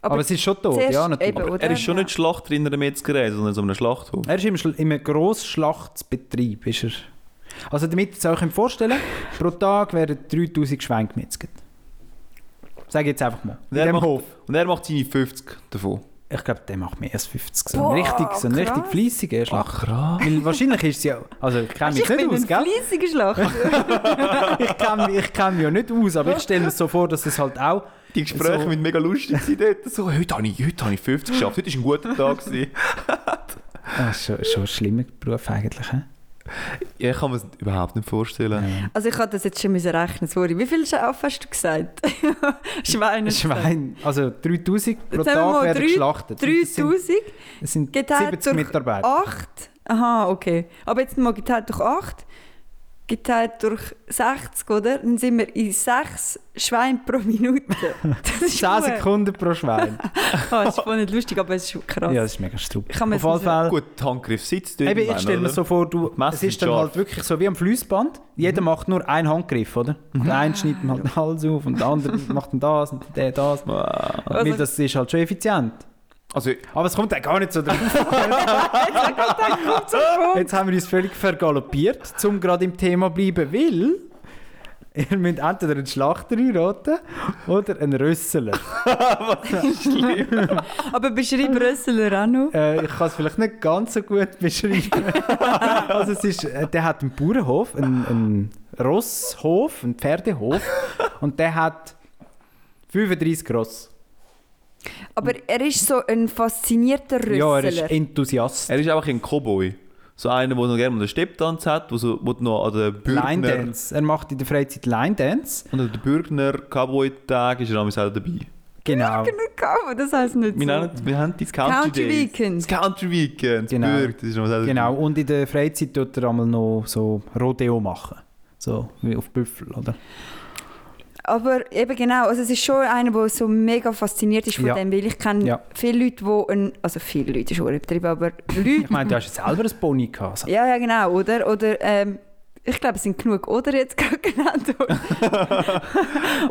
[SPEAKER 4] Aber, es ist schon tot,
[SPEAKER 3] zuerst
[SPEAKER 4] ja natürlich.
[SPEAKER 3] eben, oder?
[SPEAKER 5] Er ist schon
[SPEAKER 3] Ja.
[SPEAKER 5] nicht Schlachter in einer Metzgerei, sondern in so einem Schlachthof.
[SPEAKER 4] Er ist im, Schl- im Grossschlachtsbetrieb. Ist er. Also damit ihr es euch könnt vorstellen pro Tag werden 3000 Schweine gemetzelt. Sag jetzt einfach mal. In
[SPEAKER 5] Der
[SPEAKER 4] dem
[SPEAKER 5] macht-
[SPEAKER 4] Hof.
[SPEAKER 5] Und er macht seine 50 davon.
[SPEAKER 4] Ich glaube, der macht mehr als 50. So
[SPEAKER 3] Boah,
[SPEAKER 4] ein richtig, so ein richtig
[SPEAKER 3] krass.
[SPEAKER 4] fleissiger Schlachter. Weil wahrscheinlich ist es ja... Also ich kenne
[SPEAKER 3] Hast
[SPEAKER 4] mich
[SPEAKER 3] ich
[SPEAKER 4] nicht
[SPEAKER 3] bin
[SPEAKER 4] aus,
[SPEAKER 3] ein
[SPEAKER 4] gell?
[SPEAKER 3] fleissiger Schlachter.
[SPEAKER 4] Ich kenne mich, ich kenn mich ja nicht aus, aber ich stelle mir so vor, dass es halt auch...
[SPEAKER 5] Die Gespräche
[SPEAKER 4] So.
[SPEAKER 5] sind mega lustig gewesen dort. So, heute habe ich, heute habe ich 50 geschafft, heute war ein guter Tag. gewesen.
[SPEAKER 4] Ah, schon, schon ein schlimmer Beruf eigentlich, hä? Ähm,
[SPEAKER 5] Ja, ich kann mir das überhaupt nicht vorstellen.
[SPEAKER 3] Also ich hatte das jetzt schon müssen rechnen, sorry. Wie viel Schafe hast du gesagt? Schweine.
[SPEAKER 4] Schwein, also 3000 pro
[SPEAKER 3] Jetzt haben wir
[SPEAKER 4] Tag
[SPEAKER 3] mal
[SPEAKER 4] werden
[SPEAKER 3] drei-
[SPEAKER 4] geschlachtet. Und das sind-
[SPEAKER 3] 3000
[SPEAKER 4] Das sind
[SPEAKER 3] geteilt
[SPEAKER 4] 70
[SPEAKER 3] durch
[SPEAKER 4] Mitarbeiter.
[SPEAKER 3] 8. Aha, okay. Aber jetzt mal geteilt durch 8. Geteilt durch 60, oder? Dann sind wir in 6 Schweine pro Minute. Das ist
[SPEAKER 4] 10
[SPEAKER 3] gut.
[SPEAKER 4] Sekunden pro Schwein.
[SPEAKER 3] Ah, das ist voll nicht lustig, aber es ist krass.
[SPEAKER 4] Ja, das ist mega strub.
[SPEAKER 3] Ich kann mir
[SPEAKER 4] Auf
[SPEAKER 3] das
[SPEAKER 4] jeden Fall.
[SPEAKER 5] Gut, der Handgriff sitzt dort.
[SPEAKER 4] Eben, ich
[SPEAKER 5] meine,
[SPEAKER 4] stelle mir
[SPEAKER 5] oder?
[SPEAKER 4] so vor, du,
[SPEAKER 5] Messer
[SPEAKER 4] es
[SPEAKER 5] sind
[SPEAKER 4] ist dann
[SPEAKER 5] scharf.
[SPEAKER 4] halt wirklich so wie am Fließband. Jeder macht nur einen Handgriff, oder? Und der eine schneidet ihm halt den Hals auf und der andere macht dann das und der das.
[SPEAKER 3] Also-
[SPEAKER 4] Weil das ist halt schon effizient.
[SPEAKER 5] Also,
[SPEAKER 4] Aber es kommt ja gar nicht so drauf. Jetzt haben wir uns völlig vergaloppiert, um gerade im Thema zu bleiben, weil ihr müsst entweder einen Schlachter heiraten oder einen Rössler.
[SPEAKER 3] Aber beschreib Rössler auch noch.
[SPEAKER 4] Äh, ich kann es vielleicht nicht ganz so gut beschreiben. also es ist, äh, der hat einen Bauernhof, einen, einen Rosshof, einen Pferdehof und der hat 35 Ross.
[SPEAKER 3] Aber er ist so ein faszinierter Rössler.
[SPEAKER 4] Ja, er ist Enthusiast.
[SPEAKER 5] er ist einfach ein Cowboy. So einer, der noch gerne mal den Stepptanz hat, der so, wo noch an den
[SPEAKER 4] Line
[SPEAKER 5] Bürgner...
[SPEAKER 4] Dance. Er macht in der Freizeit Line Dance.
[SPEAKER 5] Und an den Bürgner Cowboy-Tag ist er damals auch dabei.
[SPEAKER 4] Genau.
[SPEAKER 3] Komm, das heisst nicht
[SPEAKER 5] Wir,
[SPEAKER 3] so.
[SPEAKER 5] nennen, wir haben das Country,
[SPEAKER 3] Country
[SPEAKER 5] Days.
[SPEAKER 3] Weekend.
[SPEAKER 5] Das Country Weekend.
[SPEAKER 4] Genau.
[SPEAKER 5] Genau. Bürg, das ist damals auch dabei.
[SPEAKER 4] Genau. Und in der Freizeit tut er einmal noch so Rodeo machen. So wie auf Büffel, oder?
[SPEAKER 3] Aber eben genau, also es ist schon einer, der so mega fasziniert ist von
[SPEAKER 4] Ja.
[SPEAKER 3] dem, weil ich kenne
[SPEAKER 4] Ja.
[SPEAKER 3] viele Leute, die ein, also viele Leute ist schon übertrieben, aber
[SPEAKER 4] Ich
[SPEAKER 3] Leute,
[SPEAKER 4] meine, du hast ja selber ein Pony gehabt. so.
[SPEAKER 3] ja ja genau, oder? Oder ähm, ich glaube, es sind genug, oder jetzt gerade genannt worden.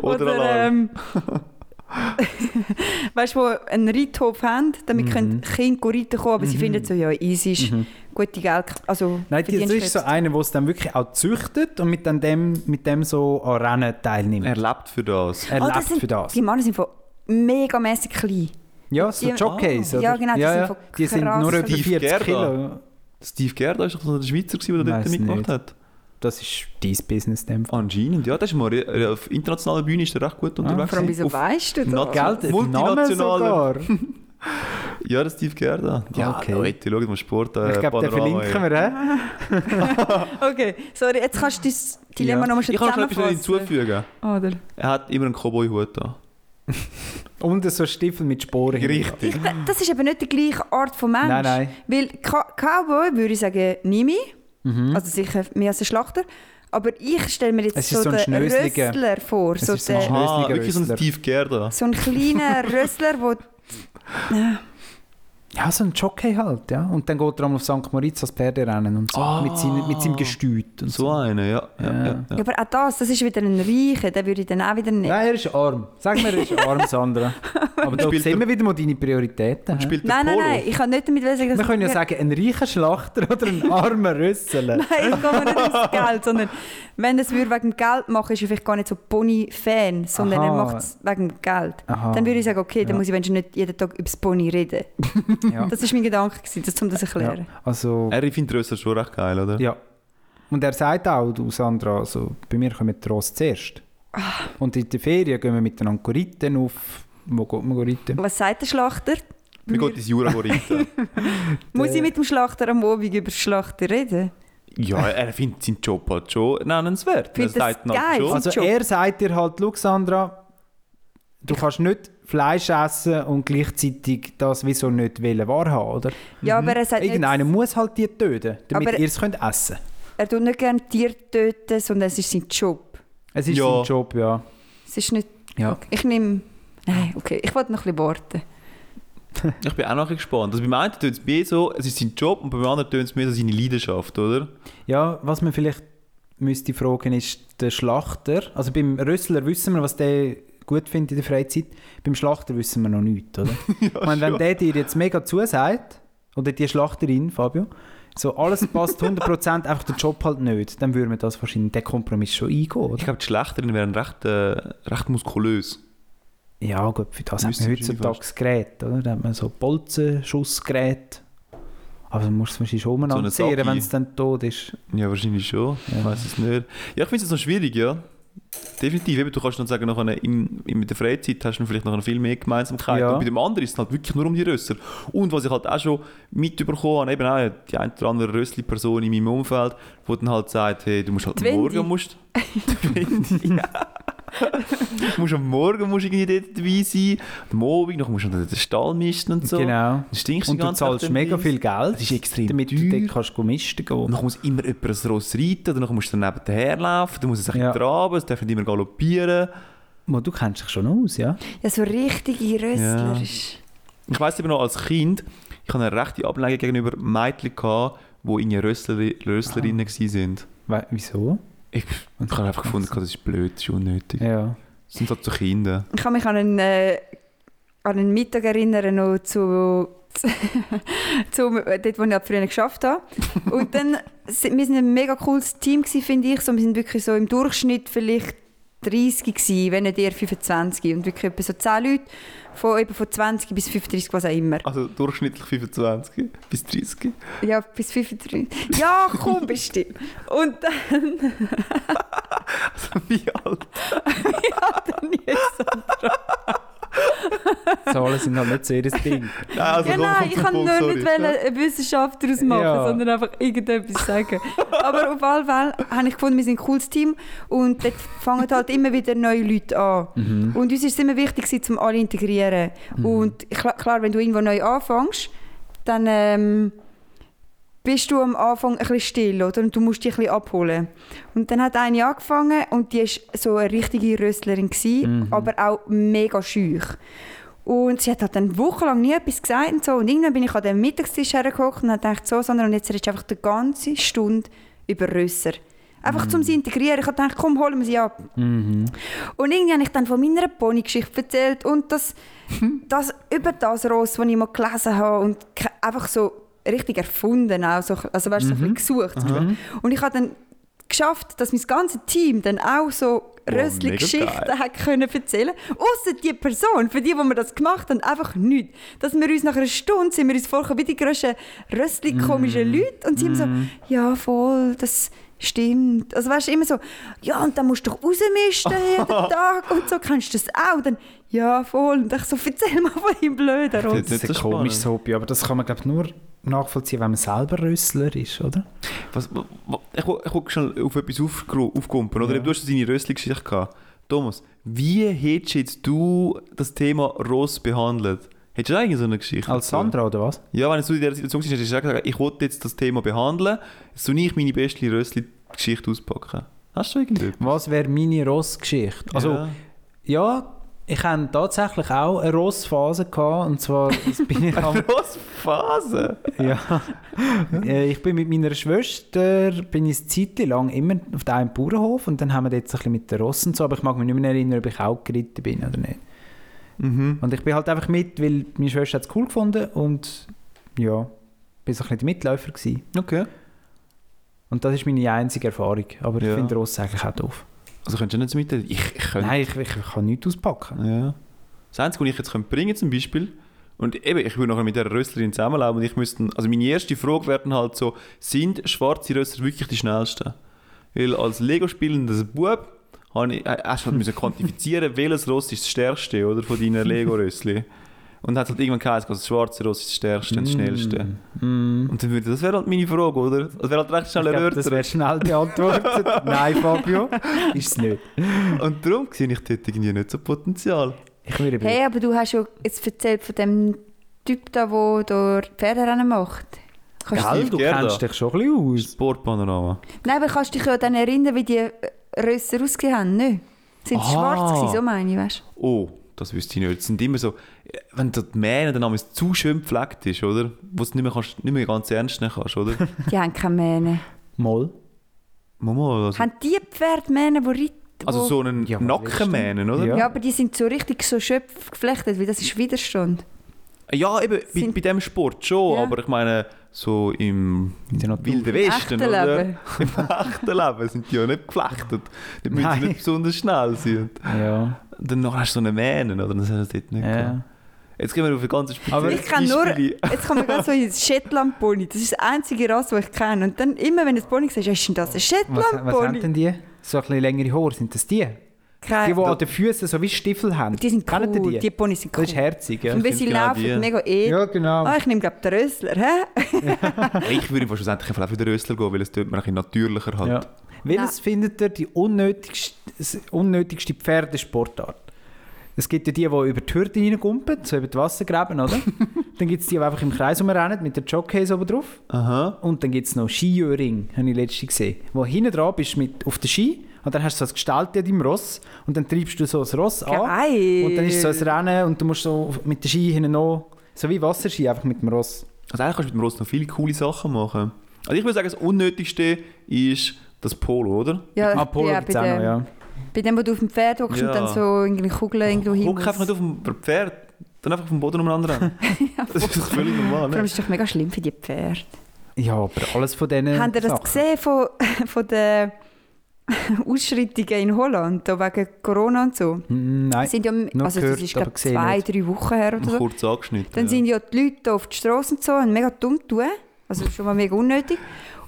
[SPEAKER 5] Oder Alarm.
[SPEAKER 3] ähm, weißt du, wo einen Reithof haben,
[SPEAKER 5] Mhm.
[SPEAKER 3] damit können Kinder reiten kommen, aber sie finden so, ja, easy ist gute Geld, also
[SPEAKER 4] Nein, die, das
[SPEAKER 3] verdienst
[SPEAKER 4] ist so
[SPEAKER 3] jetzt.
[SPEAKER 4] einer, der es dann wirklich auch züchtet und mit dann dem, mit dem so an Rennen teilnimmt.
[SPEAKER 5] Er lebt für das.
[SPEAKER 4] Er
[SPEAKER 3] Ah, das
[SPEAKER 4] lebt
[SPEAKER 3] sind,
[SPEAKER 4] für das.
[SPEAKER 3] Die Männer sind von megamässig klein.
[SPEAKER 4] Ja, so
[SPEAKER 3] die-
[SPEAKER 4] Jockeys,
[SPEAKER 3] Ah.
[SPEAKER 4] oder?
[SPEAKER 3] Ja, genau, die
[SPEAKER 4] ja,
[SPEAKER 3] sind
[SPEAKER 4] ja.
[SPEAKER 3] von
[SPEAKER 4] die sind
[SPEAKER 3] krass-
[SPEAKER 4] nur etwa
[SPEAKER 5] Steve
[SPEAKER 4] 40
[SPEAKER 5] Gerda.
[SPEAKER 4] Kilo.
[SPEAKER 5] Steve Gerda ist doch so der Schweizer, gewesen, der
[SPEAKER 4] Weiss
[SPEAKER 5] dort mitgemacht
[SPEAKER 4] nicht.
[SPEAKER 5] hat.
[SPEAKER 4] Das ist dein Business in dem Fall.
[SPEAKER 5] Anscheinend, ja. Das ist mal, re- re- auf internationaler Bühne ist er recht gut unterwegs.
[SPEAKER 3] Vor allem,
[SPEAKER 5] gewesen.
[SPEAKER 3] wieso
[SPEAKER 5] Auf-
[SPEAKER 3] weißt du das?
[SPEAKER 5] Not-
[SPEAKER 4] Geld, Name
[SPEAKER 5] Multinationale.
[SPEAKER 4] sogar.
[SPEAKER 5] äh, ja, der Steve Gerda. Ja,
[SPEAKER 4] Okay.
[SPEAKER 5] okay. Leute, schaut mal Sport. Äh,
[SPEAKER 4] Ich glaube, den
[SPEAKER 5] Panorama,
[SPEAKER 4] verlinken
[SPEAKER 5] ey.
[SPEAKER 4] wir. hä?
[SPEAKER 3] Okay, sorry, jetzt kannst du dein Dilemma
[SPEAKER 4] Ja.
[SPEAKER 3] nochmal
[SPEAKER 5] Ich
[SPEAKER 3] schnell
[SPEAKER 5] kann noch etwas
[SPEAKER 3] zusammenfassen. Ah,
[SPEAKER 5] hinzufügen.
[SPEAKER 3] Oder?
[SPEAKER 5] Er hat immer einen Cowboy-Hut an.
[SPEAKER 4] Und so Stiefel mit Sporen. hinten.
[SPEAKER 5] Richtig.
[SPEAKER 3] Ich, gl- das ist eben nicht die gleiche Art von Mensch.
[SPEAKER 4] Nein, nein.
[SPEAKER 3] Weil Ka- Cowboy würde ich sagen, Nimi.
[SPEAKER 4] Mhm.
[SPEAKER 3] Also sicher mehr als ein Schlachter. Aber ich stelle mir jetzt
[SPEAKER 4] Hm? Es ist
[SPEAKER 3] so,
[SPEAKER 4] so ein
[SPEAKER 3] den
[SPEAKER 4] schnöseliger-
[SPEAKER 3] Röstler vor.
[SPEAKER 4] Es
[SPEAKER 3] So,
[SPEAKER 4] ist so ein
[SPEAKER 3] den,
[SPEAKER 4] Schnö-
[SPEAKER 5] Aha,
[SPEAKER 4] Schnöseliger
[SPEAKER 5] wirklich so ein
[SPEAKER 4] Röstler.
[SPEAKER 5] Steve Gerda.
[SPEAKER 3] so ein kleiner Röstler, wo
[SPEAKER 4] Ja, so ein Jockey halt. Ja. Und dann geht er einmal auf St. Moritz als Pferderennen und so. Mit, seinen, mit seinem Gestüt. Und so.
[SPEAKER 5] Ah. So einer, ja. ja, ja, ja.
[SPEAKER 3] Ja, aber auch das, das ist wieder ein Reicher, den würde ich dann auch wieder nehmen.
[SPEAKER 4] Nein, er ist arm. Sag mir, er ist arm, Sandra. Aber da
[SPEAKER 5] spielt er-
[SPEAKER 4] sehen wir wieder mal deine Prioritäten. hä?
[SPEAKER 5] Spielt der
[SPEAKER 3] Nein, nein,
[SPEAKER 5] Polo.
[SPEAKER 3] nein, ich kann nicht damit sagen, dass
[SPEAKER 4] Wir können ja
[SPEAKER 3] ich-
[SPEAKER 4] sagen, ein reicher Schlachter oder ein armer Rüssel.
[SPEAKER 3] Nein, ich komme nicht ums Geld, sondern wenn es wegen dem Geld machen, ist er vielleicht gar nicht so Pony-Fan, sondern
[SPEAKER 4] Aha.
[SPEAKER 3] er macht es wegen dem Geld.
[SPEAKER 4] Aha.
[SPEAKER 3] Dann würde ich sagen, okay, dann muss ich wenigstens nicht jeden Tag über das Pony reden.
[SPEAKER 4] Ja.
[SPEAKER 3] Das war mein Gedanke, gewesen, das, um das zu erklären.
[SPEAKER 4] Ja, also,
[SPEAKER 5] Er findet Rösser schon recht geil, oder?
[SPEAKER 4] ja. Und er sagt auch, du Sandra, also, bei mir kommen die Ross zuerst. Und in den Ferien gehen wir miteinander reiten auf... Wo geht man reiten?
[SPEAKER 3] Was sagt der Schlachter?
[SPEAKER 5] Mir geht ins Jura reiten.
[SPEAKER 3] Muss ich mit dem Schlachter am Abend über das Schlachten reden?
[SPEAKER 5] ja, er findet seinen Job halt schon nennenswert.
[SPEAKER 3] Findet
[SPEAKER 5] Er
[SPEAKER 3] das
[SPEAKER 5] sagt halt
[SPEAKER 3] geil.
[SPEAKER 5] schon.
[SPEAKER 4] Also
[SPEAKER 3] Job.
[SPEAKER 4] er sagt dir halt, schau Sandra, du kannst nicht Fleisch essen und gleichzeitig das wieso nicht wollen wahrhaben, oder?
[SPEAKER 3] Ja, aber er sagt nicht,
[SPEAKER 4] Irgendeiner muss halt die töten, damit
[SPEAKER 3] Aber-
[SPEAKER 4] ihr es könnt essen
[SPEAKER 3] er tut nicht gerne Tiere töten, sondern es ist sein Job.
[SPEAKER 4] Es ist
[SPEAKER 5] Ja.
[SPEAKER 4] sein Job, ja.
[SPEAKER 3] Es ist nicht...
[SPEAKER 4] Ja.
[SPEAKER 3] Okay, Ich nehme... Nein, okay, ich wollte noch ein bisschen warten.
[SPEAKER 5] Ich bin auch nachher gespannt. Also beim einen tönt es mir so, es ist sein Job und beim anderen tönt es mir so seine Leidenschaft, oder?
[SPEAKER 4] Ja, was man vielleicht müsste fragen, ist der Schlachter. Also beim Rössler wissen wir, was der gut findet in der Freizeit. Beim Schlachter wissen wir noch nichts, oder? Ich meine, wenn der dir jetzt mega zusagt, oder die Schlachterin, Fabio, so alles passt 100%, einfach der Job halt nicht, dann würde man das wahrscheinlich, den Kompromiss schon eingehen,
[SPEAKER 5] Ich
[SPEAKER 4] oder?
[SPEAKER 5] glaube, die Schlechteren wären recht, äh, recht muskulös.
[SPEAKER 4] Ja gut, für das hat
[SPEAKER 5] Müsste
[SPEAKER 4] man
[SPEAKER 5] wahrscheinlich
[SPEAKER 4] heutzutage das Gerät, oder? Da hat man so Bolzenschussgerät. Aber man muss es wahrscheinlich schon umeinander
[SPEAKER 5] So eine
[SPEAKER 4] ziehen, wenn es
[SPEAKER 5] Sagi.
[SPEAKER 4] dann tot ist.
[SPEAKER 5] Ja, wahrscheinlich schon. Ich weiß es nicht. Ja, ich finde es noch schwierig, ja. Definitiv. Eben, du kannst dann sagen, nachher in, in, mit der Freizeit hast du vielleicht noch viel mehr Gemeinsamkeit.
[SPEAKER 4] Ja.
[SPEAKER 5] Und bei dem anderen ist es halt wirklich nur um die Rösser. Und was ich halt auch schon mitbekommen habe, eben auch die eine oder andere Rössli-Person in meinem Umfeld, die dann halt sagt, hey, du musst halt
[SPEAKER 3] Die Wendy.
[SPEAKER 5] morgen... Musst, Die Wendy, ja. Du musst am Morgen musst irgendwie dort dabei sein, am Abend, noch musst du noch den Stall mischen und so.
[SPEAKER 4] Genau.
[SPEAKER 5] Dann stinkst
[SPEAKER 4] Und
[SPEAKER 5] den
[SPEAKER 4] du
[SPEAKER 5] ganzen Tag
[SPEAKER 4] zahlst
[SPEAKER 5] dem
[SPEAKER 4] mega
[SPEAKER 5] Dings.
[SPEAKER 4] viel Geld,
[SPEAKER 5] Das ist extrem
[SPEAKER 4] damit du
[SPEAKER 5] teuer.
[SPEAKER 4] dort kannst go misten
[SPEAKER 5] Und
[SPEAKER 4] gehen.
[SPEAKER 5] dann muss immer jemand ein Ross reiten, dann musst du daneben herlaufen, dann muss es ein bisschen
[SPEAKER 4] Ja.
[SPEAKER 5] traben, es darf nicht immer galoppieren.
[SPEAKER 4] Mo, Du kennst dich schon aus, ja?
[SPEAKER 3] Ja, so richtige Rössler
[SPEAKER 5] Ja.
[SPEAKER 3] ist...
[SPEAKER 5] Ich weiss eben noch, als Kind, ich hatte eine rechte Abneigung gegenüber Mädchen, gehabt, die irgendwie Rössleri
[SPEAKER 3] Ah.
[SPEAKER 5] Rösslerinnen waren.
[SPEAKER 4] We wieso?
[SPEAKER 5] Ich, ich habe einfach gefunden, das ist blöd, das ist unnötig.
[SPEAKER 4] Ja.
[SPEAKER 5] Das sind halt so Kinder.
[SPEAKER 3] Ich kann mich an einen, äh, an einen Mittag erinnern, noch zu, zu, dort, wo ich halt früher geschafft habe. Und dann, si- wir waren ein mega cooles Team, gewesen, finde ich. So, wir sind wirklich so im Durchschnitt vielleicht 30 gewesen, wenn nicht eher 25. Und wirklich etwa so 10 Leute, von, eben von 20 bis 35, was auch immer.
[SPEAKER 5] Also durchschnittlich 25 bis 30.
[SPEAKER 3] Ja, bis 35. Ja, komm, bist du. Und dann
[SPEAKER 5] Wie alt?
[SPEAKER 3] habe ich so...
[SPEAKER 4] Zahlen sind halt nicht so ihr Ding.
[SPEAKER 5] Nein, also
[SPEAKER 3] Ja,
[SPEAKER 5] komm, komm
[SPEAKER 3] nein, ich
[SPEAKER 5] zum
[SPEAKER 3] kann
[SPEAKER 5] Punkt,
[SPEAKER 3] nur
[SPEAKER 5] sorry.
[SPEAKER 3] nicht wollen einen Wissenschaft daraus machen,
[SPEAKER 4] Ja.
[SPEAKER 3] sondern einfach irgendetwas sagen. Aber auf alle Fälle habe ich gefunden, wir sind ein cooles Team und dort fangen halt immer wieder neue Leute an.
[SPEAKER 4] Mhm.
[SPEAKER 3] Und uns ist es immer wichtig, gewesen, um alle zu integrieren.
[SPEAKER 5] Mhm.
[SPEAKER 3] Und klar, klar, wenn du irgendwo neu anfängst, dann ähm, bist du am Anfang ein bisschen still, oder? Und du musst dich ein bisschen abholen. Und dann hat eine angefangen und die war so eine richtige Röstlerin, gewesen,
[SPEAKER 5] Mhm.
[SPEAKER 3] aber auch mega schüch. Und sie hat halt dann wochenlang nie etwas gesagt und so. Und irgendwann bin ich an dem Mittagstisch hergekocht und habe gedacht, so, sondern und jetzt redest du einfach die ganze Stunde über Rösser. Einfach zum sie integrieren. Ich habe gedacht, komm, holen wir sie ab. Und irgendwie habe ich dann von meiner Pony-Geschichte erzählt und das, das über das Ross, das ich mal gelesen habe und ke- einfach so richtig erfunden auch, so, also weißt du, so ein bisschen gesucht. zum Beispiel. Und ich habe dann geschafft, dass mein ganzes Team dann auch so röstliche
[SPEAKER 5] mega
[SPEAKER 3] Geschichten
[SPEAKER 5] geil.
[SPEAKER 3] hat können erzählen Außer die Person, für die, wo wir das gemacht haben, einfach nichts. Dass wir uns nach einer Stunde sind wir uns vorgekommen wie die grössten röstlich komischen Leute und sie haben so, ja voll, das stimmt. Also weißt du, immer so, ja und dann musst du doch rausmisten jeden Tag und so, kennst du das auch? Und dann, ja voll. Und ich so, erzähl mal von deinem blöden Rotz.
[SPEAKER 5] Jetzt
[SPEAKER 4] Das ist ein
[SPEAKER 5] so
[SPEAKER 4] komisches Hobby, aber das kann man glaube ich nur nachvollziehen, wenn man selber Rössler ist, oder?
[SPEAKER 5] Was, wa- wa- ich will, ich will schnell auf etwas aufgro- aufkumpen, oder?
[SPEAKER 4] Ja.
[SPEAKER 5] Du hast deine Rössli-Geschichte gehabt. Thomas, wie hättest jetzt du das Thema Ross behandelt? Hättest du eigentlich so eine Geschichte?
[SPEAKER 4] Als
[SPEAKER 5] dazu?
[SPEAKER 4] Sandra, oder was?
[SPEAKER 5] Ja, wenn du in dieser Situation bist, hättest du gesagt, ich wollte jetzt das Thema behandeln, jetzt soll ich meine beste Rössli-Geschichte auspacken. Hast du irgendetwas?
[SPEAKER 4] Was wäre meine Rossgeschichte? Also,
[SPEAKER 5] ja.
[SPEAKER 4] Ja, ich hatte tatsächlich auch eine Rossphase gehabt, und zwar das bin ich am,
[SPEAKER 5] Rossphase!
[SPEAKER 4] ja,
[SPEAKER 5] Hm?
[SPEAKER 4] Äh, ich bin mit meiner Schwester bin ich eine Zeit lang immer auf einem Bauernhof und dann haben wir jetzt ein bisschen mit den Rossen und so, aber ich mag mich nicht mehr erinnern, ob ich auch geritten bin oder nicht. Und ich bin halt einfach mit, weil meine Schwester hat es cool gefunden und ja, bin so ein bisschen der Mitläufer gewesen.
[SPEAKER 5] Okay.
[SPEAKER 4] Und das ist meine einzige Erfahrung, aber
[SPEAKER 5] Ja.
[SPEAKER 4] ich finde Ross eigentlich auch doof.
[SPEAKER 5] Also könntest du nicht mit Ich, ich könnte.
[SPEAKER 4] Nein, ich, ich kann nichts auspacken.
[SPEAKER 5] Ja. Das Einzige, was ich jetzt könnte bringen zum Beispiel, Und eben, ich würde nachher mit dieser Rösslerin zusammenlaufen und ich müsste, also meine erste Frage wäre dann halt so, sind schwarze Rössler wirklich die schnellsten? Weil als lego spielender Bub habe ich, äh, hast du halt müssen quantifizieren, welches Ross ist das stärkste, oder, von deinen Lego-Rösschen. Und hat halt irgendwann geheißen, also das schwarze Ross ist das stärkste
[SPEAKER 4] Mm.
[SPEAKER 5] und das schnellste. Und dann würde, das wäre halt meine Frage, oder? Das wäre halt recht schnell
[SPEAKER 4] Ich Mm. glaub, das
[SPEAKER 5] erörtert.
[SPEAKER 4] wäre schnell beantwortet. Nein, Fabio, ist es nicht.
[SPEAKER 5] Und darum sehe ich dort irgendwie nicht so Potenzial.
[SPEAKER 4] Ich würde
[SPEAKER 3] Hey, aber du hast ja jetzt erzählt von dem Typ da, der da Pferderennen macht. Kannst
[SPEAKER 5] Gell?
[SPEAKER 4] Gell,
[SPEAKER 5] Steve
[SPEAKER 4] du
[SPEAKER 5] Gerda.
[SPEAKER 4] kennst dich schon ein bisschen aus.
[SPEAKER 5] Sportpanorama.
[SPEAKER 3] Nein, aber kannst du dich ja dann erinnern, wie die äh, Rösser ausgesehen haben, nicht? Sind sie
[SPEAKER 5] Ah.
[SPEAKER 3] schwarz gewesen, so meine ich, weißt du?
[SPEAKER 5] Oh, das wüsste ich nicht. Es sind immer so, wenn du die Mähne dann damals zu schön gepflegt ist, oder? Wo du es nicht mehr, kannst, nicht mehr ganz ernst nehmen kannst, oder?
[SPEAKER 3] Die haben keine Mähne.
[SPEAKER 4] Moll.
[SPEAKER 5] Mama, also,
[SPEAKER 3] Haben die Pferde Mähne, die reiten?
[SPEAKER 5] also
[SPEAKER 3] wo-
[SPEAKER 5] so einen
[SPEAKER 4] Ja, was
[SPEAKER 5] Nackenmähnen, oder?
[SPEAKER 4] Ja.
[SPEAKER 5] Ja,
[SPEAKER 3] Ja, aber die sind so richtig so schöpf geflechtet, weil das ist Widerstand.
[SPEAKER 5] eben, bei,
[SPEAKER 3] Sind-
[SPEAKER 5] bei dem Sport schon,
[SPEAKER 3] Ja.
[SPEAKER 5] aber ich meine, so im
[SPEAKER 4] In der Natur.
[SPEAKER 5] Wilden Westen,
[SPEAKER 3] echten
[SPEAKER 5] oder?
[SPEAKER 3] Leben.
[SPEAKER 5] Im echten Leben sind die ja nicht geflechtet. Die müssen
[SPEAKER 4] Nein.
[SPEAKER 5] nicht besonders schnell sein.
[SPEAKER 4] Ja.
[SPEAKER 5] Dann noch hast du so eine Mähnen, oder? Das hast du dort nicht gehabt.
[SPEAKER 4] ja.
[SPEAKER 5] Jetzt gehen wir auf eine ganz spezielle
[SPEAKER 4] Aber-
[SPEAKER 3] Ich kenne nur, jetzt kommen wir ganz so in das Shetland-Pony. Das ist das einzige Rasse, das ich kenne. Und dann immer, wenn du das Pony siehst, ist denn das ein
[SPEAKER 4] Was, was haben
[SPEAKER 3] Shetland-Pony?
[SPEAKER 4] denn die? So ein bisschen längere Haare, sind das die? Die,
[SPEAKER 3] Keine-
[SPEAKER 4] die an den Füßen so wie Stiefel haben.
[SPEAKER 3] Ah, Die sind
[SPEAKER 4] Kennt ihr
[SPEAKER 3] cool.
[SPEAKER 4] Die?
[SPEAKER 3] Die Ponys sind
[SPEAKER 4] Das
[SPEAKER 3] cool.
[SPEAKER 4] ist herzig, ja.
[SPEAKER 3] Und wenn
[SPEAKER 5] sind
[SPEAKER 3] sie
[SPEAKER 5] genau
[SPEAKER 3] laufen,
[SPEAKER 5] die.
[SPEAKER 3] mega eh.
[SPEAKER 4] Ja, genau.
[SPEAKER 3] Ah, ich nehme, glaube den Rössler, hä?
[SPEAKER 5] ich würde fast schlussendlich einfach auch wieder Rössler gehen, weil es tut mir ein bisschen natürlicher halt.
[SPEAKER 4] Ja. Welches findet ihr die unnötigste, das unnötigste Pferdesportart? Es gibt ja die, die über die Hürde hineingumpen, so über die Wassergräben, oder? dann gibt es die, die einfach im Kreis rumrennen mit der Jockeys oben drauf.
[SPEAKER 5] Aha.
[SPEAKER 4] Und dann gibt es noch Skiöhring, habe ich letztens gesehen. Wo hinten dran bist mit auf der Ski und dann hast du so ein Gestalt an deinem Ross und dann treibst du so das Ross
[SPEAKER 3] Genau.
[SPEAKER 4] an.
[SPEAKER 3] Geil.
[SPEAKER 4] Und dann ist so
[SPEAKER 3] Äh,
[SPEAKER 4] ein Rennen und du musst so mit der Ski hinten noch, so wie Wasserski, einfach mit dem Ross.
[SPEAKER 5] Also eigentlich kannst du mit dem Ross noch viele coole Sachen machen. Also ich würde sagen, das Unnötigste ist das Polo, oder?
[SPEAKER 3] ja,
[SPEAKER 4] Ah, Polo
[SPEAKER 3] Äh, ja,
[SPEAKER 4] gibt's
[SPEAKER 3] bei
[SPEAKER 4] auch
[SPEAKER 3] dem,
[SPEAKER 4] noch, ja.
[SPEAKER 3] Bei dem, wo du auf dem Pferd hockst
[SPEAKER 5] Ja.
[SPEAKER 3] und dann so irgendwie Kugeln irgendwo hin.
[SPEAKER 5] Guck einfach nicht auf dem Pferd, dann einfach auf dem Boden umeinander rennen. das ist doch völlig normal,
[SPEAKER 3] Vor allem
[SPEAKER 5] ne?
[SPEAKER 3] ist es doch mega schlimm für die Pferde.
[SPEAKER 4] Ja, aber alles von denen.
[SPEAKER 3] Habt ihr das
[SPEAKER 4] Sachen.
[SPEAKER 3] gesehen von, von den Ausschreitungen in Holland, da wegen Corona und so?
[SPEAKER 4] Mm, Nein.
[SPEAKER 3] Sind ja,
[SPEAKER 4] nur
[SPEAKER 3] also
[SPEAKER 4] gehört,
[SPEAKER 3] das ist
[SPEAKER 4] aber
[SPEAKER 3] glaub,
[SPEAKER 4] gesehen
[SPEAKER 3] zwei,
[SPEAKER 4] nicht.
[SPEAKER 3] drei Wochen her oder
[SPEAKER 5] Mal
[SPEAKER 3] so.
[SPEAKER 5] kurz angeschnitten.
[SPEAKER 3] Dann
[SPEAKER 5] ja.
[SPEAKER 3] sind ja die Leute da auf die Straße und so und mega dumm tun. Also schon mal mega unnötig.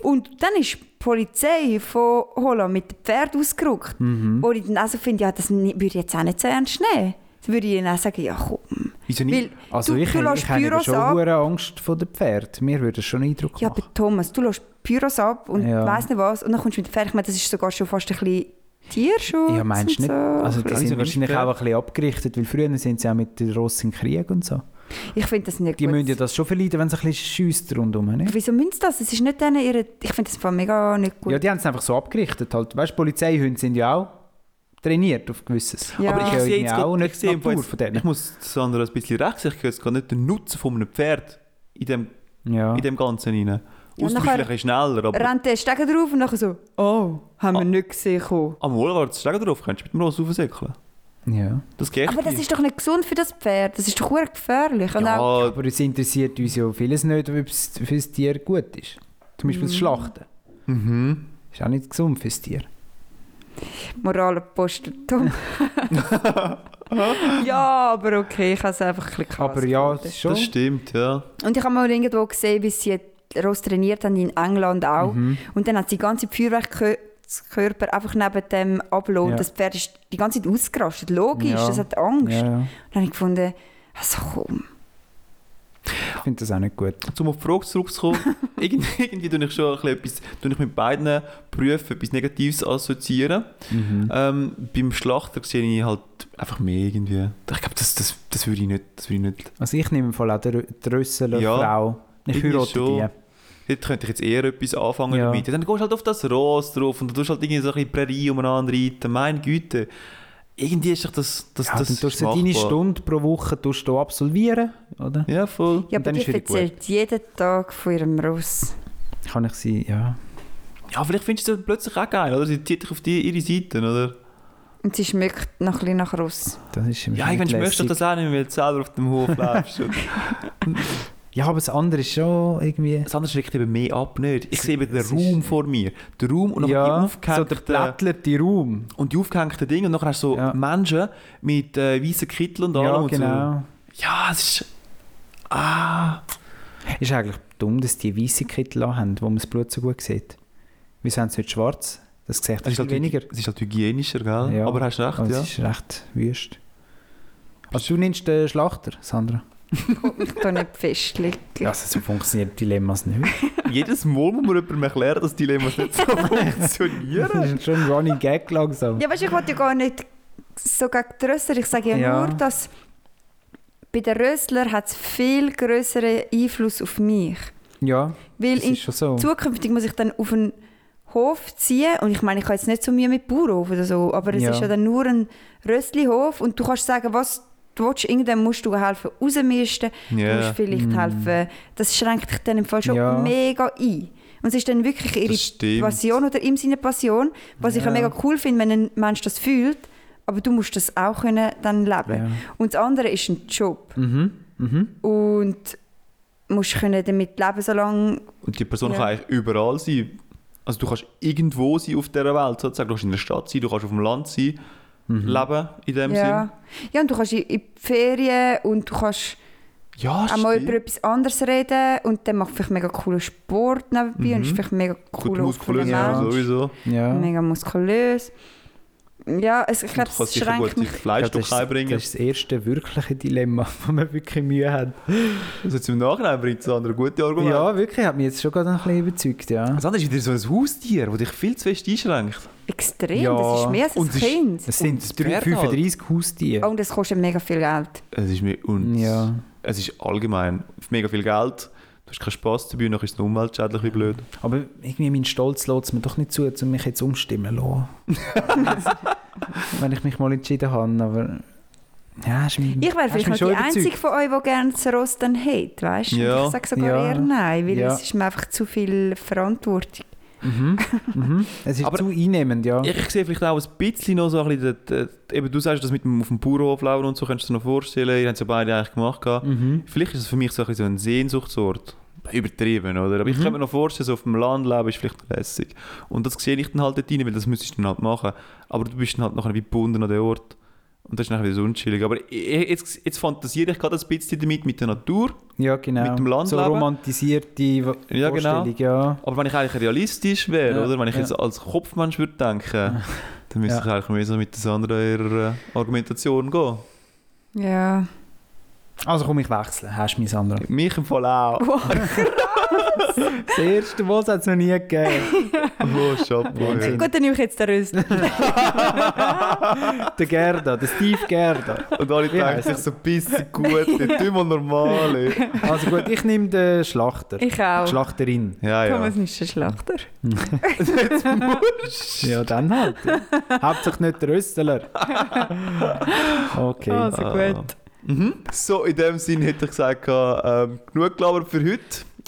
[SPEAKER 3] Und dann ist die Polizei von Holland mit dem Pferd ausgerückt.
[SPEAKER 4] Mhm.
[SPEAKER 3] Wo ich dann auch so finde, ja, das ni- würde ich jetzt auch nicht so ernst nehmen. Dann würde ich ihnen auch sagen, ja komm.
[SPEAKER 5] Wieso
[SPEAKER 3] Weil
[SPEAKER 5] nicht?
[SPEAKER 4] Also
[SPEAKER 3] du,
[SPEAKER 4] ich,
[SPEAKER 3] du
[SPEAKER 4] ich,
[SPEAKER 3] lässt
[SPEAKER 4] ich habe eben
[SPEAKER 3] Pyros
[SPEAKER 4] schon
[SPEAKER 3] ab.
[SPEAKER 4] hure Angst vor dem Pferd. Mir würde es schon Eindruck
[SPEAKER 3] Ja,
[SPEAKER 4] machen.
[SPEAKER 3] aber Thomas, du lässt Pyros ab und
[SPEAKER 4] Ja.
[SPEAKER 3] weiss nicht was. Und dann kommst du mit dem Pferd. Ich meine, das ist sogar schon fast ein bisschen Tierschutz.
[SPEAKER 4] Ja, meinst du
[SPEAKER 3] und
[SPEAKER 4] nicht?
[SPEAKER 3] so.
[SPEAKER 4] Also die
[SPEAKER 5] bisschen
[SPEAKER 4] sind
[SPEAKER 5] sogar
[SPEAKER 4] wahrscheinlich
[SPEAKER 5] Sperr.
[SPEAKER 4] auch ein bisschen abgerichtet, weil früher sind sie auch mit den Rossen im Krieg und so.
[SPEAKER 3] Ich finde das nicht
[SPEAKER 4] Die
[SPEAKER 3] gut.
[SPEAKER 4] müssen ja das schon verleiden, wenn sie ein bisschen schiesst rundum, nicht?
[SPEAKER 3] Wieso müssen sie das? Es ist nicht denen ihre... Ich finde das im Fall mega nicht gut.
[SPEAKER 4] Ja, die haben es einfach so abgerichtet halt. Weißt du, Polizeihunde sind ja auch trainiert auf gewisses.
[SPEAKER 3] Ja.
[SPEAKER 5] Aber
[SPEAKER 4] Das ist
[SPEAKER 5] ich
[SPEAKER 4] ja
[SPEAKER 5] sehe
[SPEAKER 4] irgendwie
[SPEAKER 5] jetzt
[SPEAKER 4] auch
[SPEAKER 5] grad-
[SPEAKER 4] nicht
[SPEAKER 5] ich
[SPEAKER 4] die
[SPEAKER 5] sehe
[SPEAKER 4] Natur
[SPEAKER 5] jetzt-
[SPEAKER 4] von denen.
[SPEAKER 5] Ich muss Sandra ein bisschen recht sagen, ich höre jetzt gar nicht den Nutzen von einem Pferd in dem,
[SPEAKER 4] Ja.
[SPEAKER 5] in dem Ganzen rein.
[SPEAKER 3] Ja,
[SPEAKER 5] Ausdruck
[SPEAKER 3] nachher-
[SPEAKER 5] vielleicht ein schneller, aber
[SPEAKER 3] rennt der Stegen drauf und nachher so, oh, haben wir
[SPEAKER 5] Ah.
[SPEAKER 3] nicht gesehen. Kommen.
[SPEAKER 5] am Wohlwart steigen drauf, kannst du mit dem Ross raufsäckeln.
[SPEAKER 4] ja.
[SPEAKER 5] Das geht
[SPEAKER 3] Aber das ist doch nicht gesund für das Pferd. Das ist doch sehr gefährlich. Und auch,
[SPEAKER 5] ja,
[SPEAKER 4] Aber es interessiert uns ja vieles nicht, ob es für das Tier gut ist. Zum Beispiel das Schlachten.
[SPEAKER 5] mhm.
[SPEAKER 4] Ist auch nicht gesund für das Tier.
[SPEAKER 3] Moral postet Tom. ja, aber okay, ich habe es einfach ein bisschen krass
[SPEAKER 4] Aber ja,
[SPEAKER 3] gefunden.
[SPEAKER 4] es ist schon.
[SPEAKER 5] das stimmt, ja.
[SPEAKER 3] Und ich habe mal irgendwo gesehen, wie sie die Ross trainiert haben in England auch.
[SPEAKER 4] Mhm.
[SPEAKER 3] Und dann hat sie die ganze Feuerwerkkörper einfach neben dem abgeladen.
[SPEAKER 4] Ja.
[SPEAKER 3] Das Pferd ist die ganze Zeit ausgerastet. Logisch,
[SPEAKER 4] Ja.
[SPEAKER 3] das hat Angst.
[SPEAKER 4] ja,
[SPEAKER 3] Und
[SPEAKER 4] ja.
[SPEAKER 3] dann habe ich gefunden, also komm.
[SPEAKER 4] Ich finde das auch nicht gut.
[SPEAKER 5] Um auf die Frage zurückzukommen, irgendwie, irgendwie tue ich schon ein bisschen etwas, tue ich mit beiden Berufen etwas Negatives assoziieren. Ähm, beim Schlachter sehe ich halt einfach mehr irgendwie. Ich glaube, das, das, das würde ich nicht. Das würde ich nicht.
[SPEAKER 4] Also ich nehme im Fall auch die Rö- die Rösseler
[SPEAKER 5] Ja.
[SPEAKER 4] Frau. Ich
[SPEAKER 5] Irgendwie
[SPEAKER 4] heirate
[SPEAKER 5] schon.
[SPEAKER 4] die.
[SPEAKER 5] Dort könnte ich jetzt eher etwas anfangen
[SPEAKER 4] Ja.
[SPEAKER 5] damit. Dann gehst du halt auf das Ross drauf und du tust halt irgendwie so ein bisschen Prärie umeinander reiten. Meine Güte. Irgendwie ist doch das. das,
[SPEAKER 4] Ja,
[SPEAKER 5] das
[SPEAKER 4] dann tust
[SPEAKER 5] ist
[SPEAKER 4] du deine
[SPEAKER 5] machbar.
[SPEAKER 4] Stunde pro Woche tust du absolvieren, oder?
[SPEAKER 5] Ja, voll.
[SPEAKER 3] Ja,
[SPEAKER 4] Und
[SPEAKER 3] aber
[SPEAKER 4] dann
[SPEAKER 3] die
[SPEAKER 4] ist wieder gut.
[SPEAKER 3] erzählt jeden Tag von ihrem Ross.
[SPEAKER 4] Kann ich sie, ja.
[SPEAKER 5] Ja, vielleicht findest du das plötzlich auch geil, oder? Sie zieht dich auf die, ihre Seite, oder?
[SPEAKER 3] Und sie schmeckt noch ein bisschen nach Ross.
[SPEAKER 4] Das ist
[SPEAKER 5] Ja, irgendwann möchtest du
[SPEAKER 4] lässig.
[SPEAKER 5] das auch nicht mehr, wenn du selber auf dem Hof läufst. und-
[SPEAKER 4] Ja, aber das andere ist schon irgendwie...
[SPEAKER 5] Das andere schreckt eben mehr ab, nicht? Ich sehe eben den
[SPEAKER 4] Es ist-
[SPEAKER 5] Raum vor mir. Den Raum und nachher die äh,
[SPEAKER 4] ja, so der
[SPEAKER 5] aufgehängten,
[SPEAKER 4] plättelte Raum.
[SPEAKER 5] und die aufgehängten Dinge. Und nachher hast du so
[SPEAKER 4] Ja.
[SPEAKER 5] Menschen mit äh, weißen Kitteln und allem.
[SPEAKER 4] Ja,
[SPEAKER 5] und
[SPEAKER 4] genau.
[SPEAKER 5] So. Ja, es ist... Ah,
[SPEAKER 4] Ist eigentlich dumm, dass die weiße Kittel haben, wo man das Blut so gut sieht. Wieso haben sie nicht schwarz? Das sieht
[SPEAKER 5] Es ist,
[SPEAKER 4] viel
[SPEAKER 5] halt,
[SPEAKER 4] weniger.
[SPEAKER 5] es ist halt hygienischer, gell?
[SPEAKER 4] Ja.
[SPEAKER 5] Aber hast recht,
[SPEAKER 4] Aber
[SPEAKER 5] ja.
[SPEAKER 4] Es ist recht wüst. Also du nimmst den Schlachter, Sandra?
[SPEAKER 3] Ich tue nicht festlegen.
[SPEAKER 4] Ja, also so funktionieren Dilemmas nicht.
[SPEAKER 5] Jedes Mal muss man jemandem erklären, dass Dilemmas nicht so
[SPEAKER 4] Das
[SPEAKER 5] funktionieren.
[SPEAKER 4] ist schon ein Running Gag langsam.
[SPEAKER 3] Ja, weißt du, ich wollte ja gar nicht so gegen die Rössler. Ich sage ja,
[SPEAKER 4] Ja.
[SPEAKER 3] nur, dass bei den Rösslern hat es viel größeren Einfluss auf mich.
[SPEAKER 4] Ja,
[SPEAKER 3] Weil
[SPEAKER 4] das
[SPEAKER 3] in
[SPEAKER 4] ist schon so.
[SPEAKER 3] zukünftig muss ich dann auf einen Hof ziehen und ich meine, ich habe jetzt nicht so Mühe mit Bauernhof oder so, aber es
[SPEAKER 4] Ja.
[SPEAKER 3] ist ja dann nur ein Rösslihof und du kannst sagen, was du willst, irgendwann musst du helfen rausmisten,
[SPEAKER 5] Ja.
[SPEAKER 3] du musst vielleicht helfen. Das schränkt dich dann im Fall schon
[SPEAKER 4] Mm. Ja.
[SPEAKER 3] mega ein. Und es ist dann wirklich ihre
[SPEAKER 5] Das stimmt.
[SPEAKER 3] Passion oder ihm seine Passion, was ich ja
[SPEAKER 4] Ja.
[SPEAKER 3] mega cool finde, wenn ein Mensch das fühlt, aber du musst das auch können dann leben.
[SPEAKER 4] Ja.
[SPEAKER 3] Und das andere ist ein Job
[SPEAKER 4] Mhm. Mhm.
[SPEAKER 3] und musst können damit leben, solange
[SPEAKER 5] Und die Person
[SPEAKER 3] Ja.
[SPEAKER 5] kann eigentlich überall sein. Also du kannst irgendwo sein auf dieser Welt sozusagen. Du kannst in der Stadt sein, du kannst auf dem Land sein,
[SPEAKER 4] Mhm.
[SPEAKER 5] leben in dem Sinn.
[SPEAKER 3] Ja. ja, und du kannst in, in die Ferien und du kannst
[SPEAKER 5] Ja,
[SPEAKER 3] auch mal
[SPEAKER 5] stimmt.
[SPEAKER 3] über etwas anderes reden und dann macht vielleicht mega coolen Sport nebenbei und ist vielleicht mega
[SPEAKER 5] Gut
[SPEAKER 3] cool
[SPEAKER 5] muskulös
[SPEAKER 4] Ja.
[SPEAKER 5] ja. Mhm. sowieso.
[SPEAKER 4] Ja.
[SPEAKER 3] mega muskulös. Ja, es, ich
[SPEAKER 5] Und
[SPEAKER 3] glaube,
[SPEAKER 5] du kannst
[SPEAKER 3] es
[SPEAKER 5] sicher gut
[SPEAKER 3] schränkt
[SPEAKER 5] dein
[SPEAKER 3] mich.
[SPEAKER 4] Ja,
[SPEAKER 5] Fleisch
[SPEAKER 4] das, ist,
[SPEAKER 5] einbringen.
[SPEAKER 4] das ist das erste wirkliche Dilemma, wo man wirklich Mühe hat.
[SPEAKER 5] Also jetzt im Nachhinein bringt es andere gute Argumente.
[SPEAKER 4] Ja, wirklich, hat mich jetzt schon gerade ein bisschen überzeugt, ja.
[SPEAKER 5] Das andere ist wieder so ein Haustier, das dich viel zu fest einschränkt.
[SPEAKER 3] Extrem,
[SPEAKER 4] Ja.
[SPEAKER 3] das ist mehr als ein
[SPEAKER 5] Und es ist-
[SPEAKER 3] Kind.
[SPEAKER 4] Es
[SPEAKER 5] Und das
[SPEAKER 4] sind drei-
[SPEAKER 5] Pferd halt.
[SPEAKER 4] 35
[SPEAKER 3] Oh,
[SPEAKER 4] Haustiere.
[SPEAKER 3] und es kostet mega viel Geld.
[SPEAKER 5] Es ist mir und
[SPEAKER 4] Ja.
[SPEAKER 5] es ist allgemein mega viel Geld. Du hast keinen Spass dabei, noch ist es umweltschädlich wie blöd.
[SPEAKER 4] Aber irgendwie mein Stolz lässt es mir doch nicht zu, um mich jetzt umstimmen zu lassen. Wenn ich mich mal entschieden habe, aber... Ja, ist mich,
[SPEAKER 3] Ich wäre
[SPEAKER 4] hast
[SPEAKER 3] vielleicht noch
[SPEAKER 4] mich
[SPEAKER 3] die
[SPEAKER 4] schon
[SPEAKER 3] einzige
[SPEAKER 4] überzeugt.
[SPEAKER 3] von euch, die gerne das Ross dann hat, weißt du?
[SPEAKER 5] Ja.
[SPEAKER 3] Ich sage sogar
[SPEAKER 4] Ja.
[SPEAKER 3] eher nein, weil
[SPEAKER 4] Ja.
[SPEAKER 3] es ist mir einfach zu viel Verantwortung.
[SPEAKER 4] Mhm. Mhm. Es ist
[SPEAKER 5] Aber-
[SPEAKER 4] zu einnehmend, ja.
[SPEAKER 5] Ich, ich sehe vielleicht auch ein bisschen noch so ein bisschen, den- den- eben du sagst das mit dem auf dem Bauernhof laufen und so, kannst du dir noch vorstellen, ihr habt es ja beide eigentlich gemacht. gehabt.
[SPEAKER 4] Mhm.
[SPEAKER 5] Vielleicht ist es für mich so ein, bisschen so ein Sehnsuchtsort. Übertrieben, oder? Aber ich
[SPEAKER 4] Mhm.
[SPEAKER 5] kann mir noch vorstellen, so auf dem Land leben ist vielleicht lässig. Und das sehe ich dann halt dort rein, weil das müsstest du dann halt machen. Aber du bist dann halt nachher wie gebunden an den Ort. Und das ist nachher wieder so unschillig. Aber ich- ich- jetzt, jetzt fantasiere ich gerade ein bisschen damit, mit der Natur.
[SPEAKER 4] Ja, genau.
[SPEAKER 5] Mit dem
[SPEAKER 4] so
[SPEAKER 5] Landleben.
[SPEAKER 4] romantisierte Wo-
[SPEAKER 5] Ja, genau.
[SPEAKER 4] Vorstellung, ja.
[SPEAKER 5] Aber wenn ich eigentlich realistisch wäre,
[SPEAKER 4] Ja,
[SPEAKER 5] oder? Wenn ich
[SPEAKER 4] ja.
[SPEAKER 5] jetzt als Kopfmensch würde denken, dann müsste
[SPEAKER 4] Ja.
[SPEAKER 5] ich eigentlich mehr so mit der anderen ihrer äh, Argumentation gehen.
[SPEAKER 3] Ja.
[SPEAKER 4] Also komm, ich wechsle. Hast du mich, Sandra?
[SPEAKER 5] Mich im Fall auch.
[SPEAKER 4] Das erste Mal hat es noch nie gegeben.
[SPEAKER 5] Oh, Chapeau.
[SPEAKER 4] Wahnsinn.
[SPEAKER 5] ja.
[SPEAKER 3] Gut, dann nehme ich jetzt den Rössler.
[SPEAKER 4] der Gerda, der Steve Gerda.
[SPEAKER 5] Und alle
[SPEAKER 4] Wie
[SPEAKER 5] denken
[SPEAKER 4] heisst
[SPEAKER 5] sich so ein bisschen gut, jetzt tun wir normal. ey.
[SPEAKER 4] Also gut, ich nehme den Schlachter.
[SPEAKER 3] Ich auch.
[SPEAKER 4] Schlachterin.
[SPEAKER 5] Ja, ja.
[SPEAKER 3] Thomas ist ein Schlachter.
[SPEAKER 4] Ja, dann halt. Hauptsächlich nicht der Röstler. Okay.
[SPEAKER 3] Also
[SPEAKER 5] Ah.
[SPEAKER 3] gut.
[SPEAKER 5] So, in dem Sinn hätte ich gesagt, ähm, genug gelabert für heute.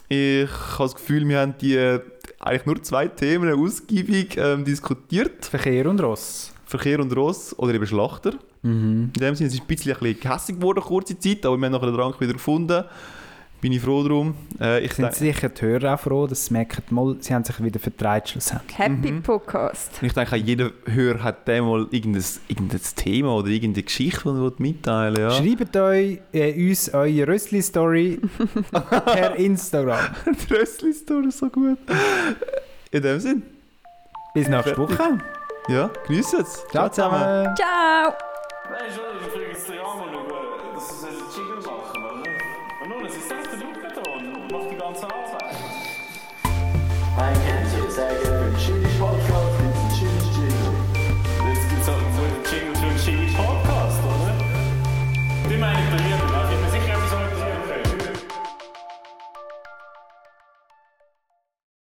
[SPEAKER 5] Ich habe das Gefühl, wir haben die äh, eigentlich nur zwei Themen ausgiebig ähm, diskutiert.
[SPEAKER 4] Verkehr und Ross.
[SPEAKER 5] Verkehr und Ross oder eben Schlachter.
[SPEAKER 4] Mhm.
[SPEAKER 5] In dem Sinne, es ist ein bisschen, ein bisschen gehässig geworden, kurze Zeit, aber wir haben nachher den Drang wieder gefunden. Bin ich froh drum. Äh, ich
[SPEAKER 4] Sind
[SPEAKER 5] denke,
[SPEAKER 4] sicher die Hörer auch froh, dass sie merken, mal, sie haben sich wieder vertreibt schlussendlich.
[SPEAKER 3] Happy Podcast.
[SPEAKER 5] ich denke, jeder Hörer hat dann mal irgendein, irgendein Thema oder irgendeine Geschichte, die er will mitteilen will. Ja.
[SPEAKER 4] Schreibt euch, äh, uns eure Röstli-Story per Instagram.
[SPEAKER 5] Die Rössli-Story ist so gut. In dem Sinne,
[SPEAKER 4] Bis nächste Woche.
[SPEAKER 5] ja, genießt es.
[SPEAKER 4] Ciao zusammen.
[SPEAKER 3] Ciao!
[SPEAKER 1] Nein, schon, ich kriege jetzt drei Arme schauen. Das ist eine Jingle-Sache, oder? Und nun, es ist selbst der Luftbeton und macht die ganze Arbeit.
[SPEAKER 2] I can't say it's again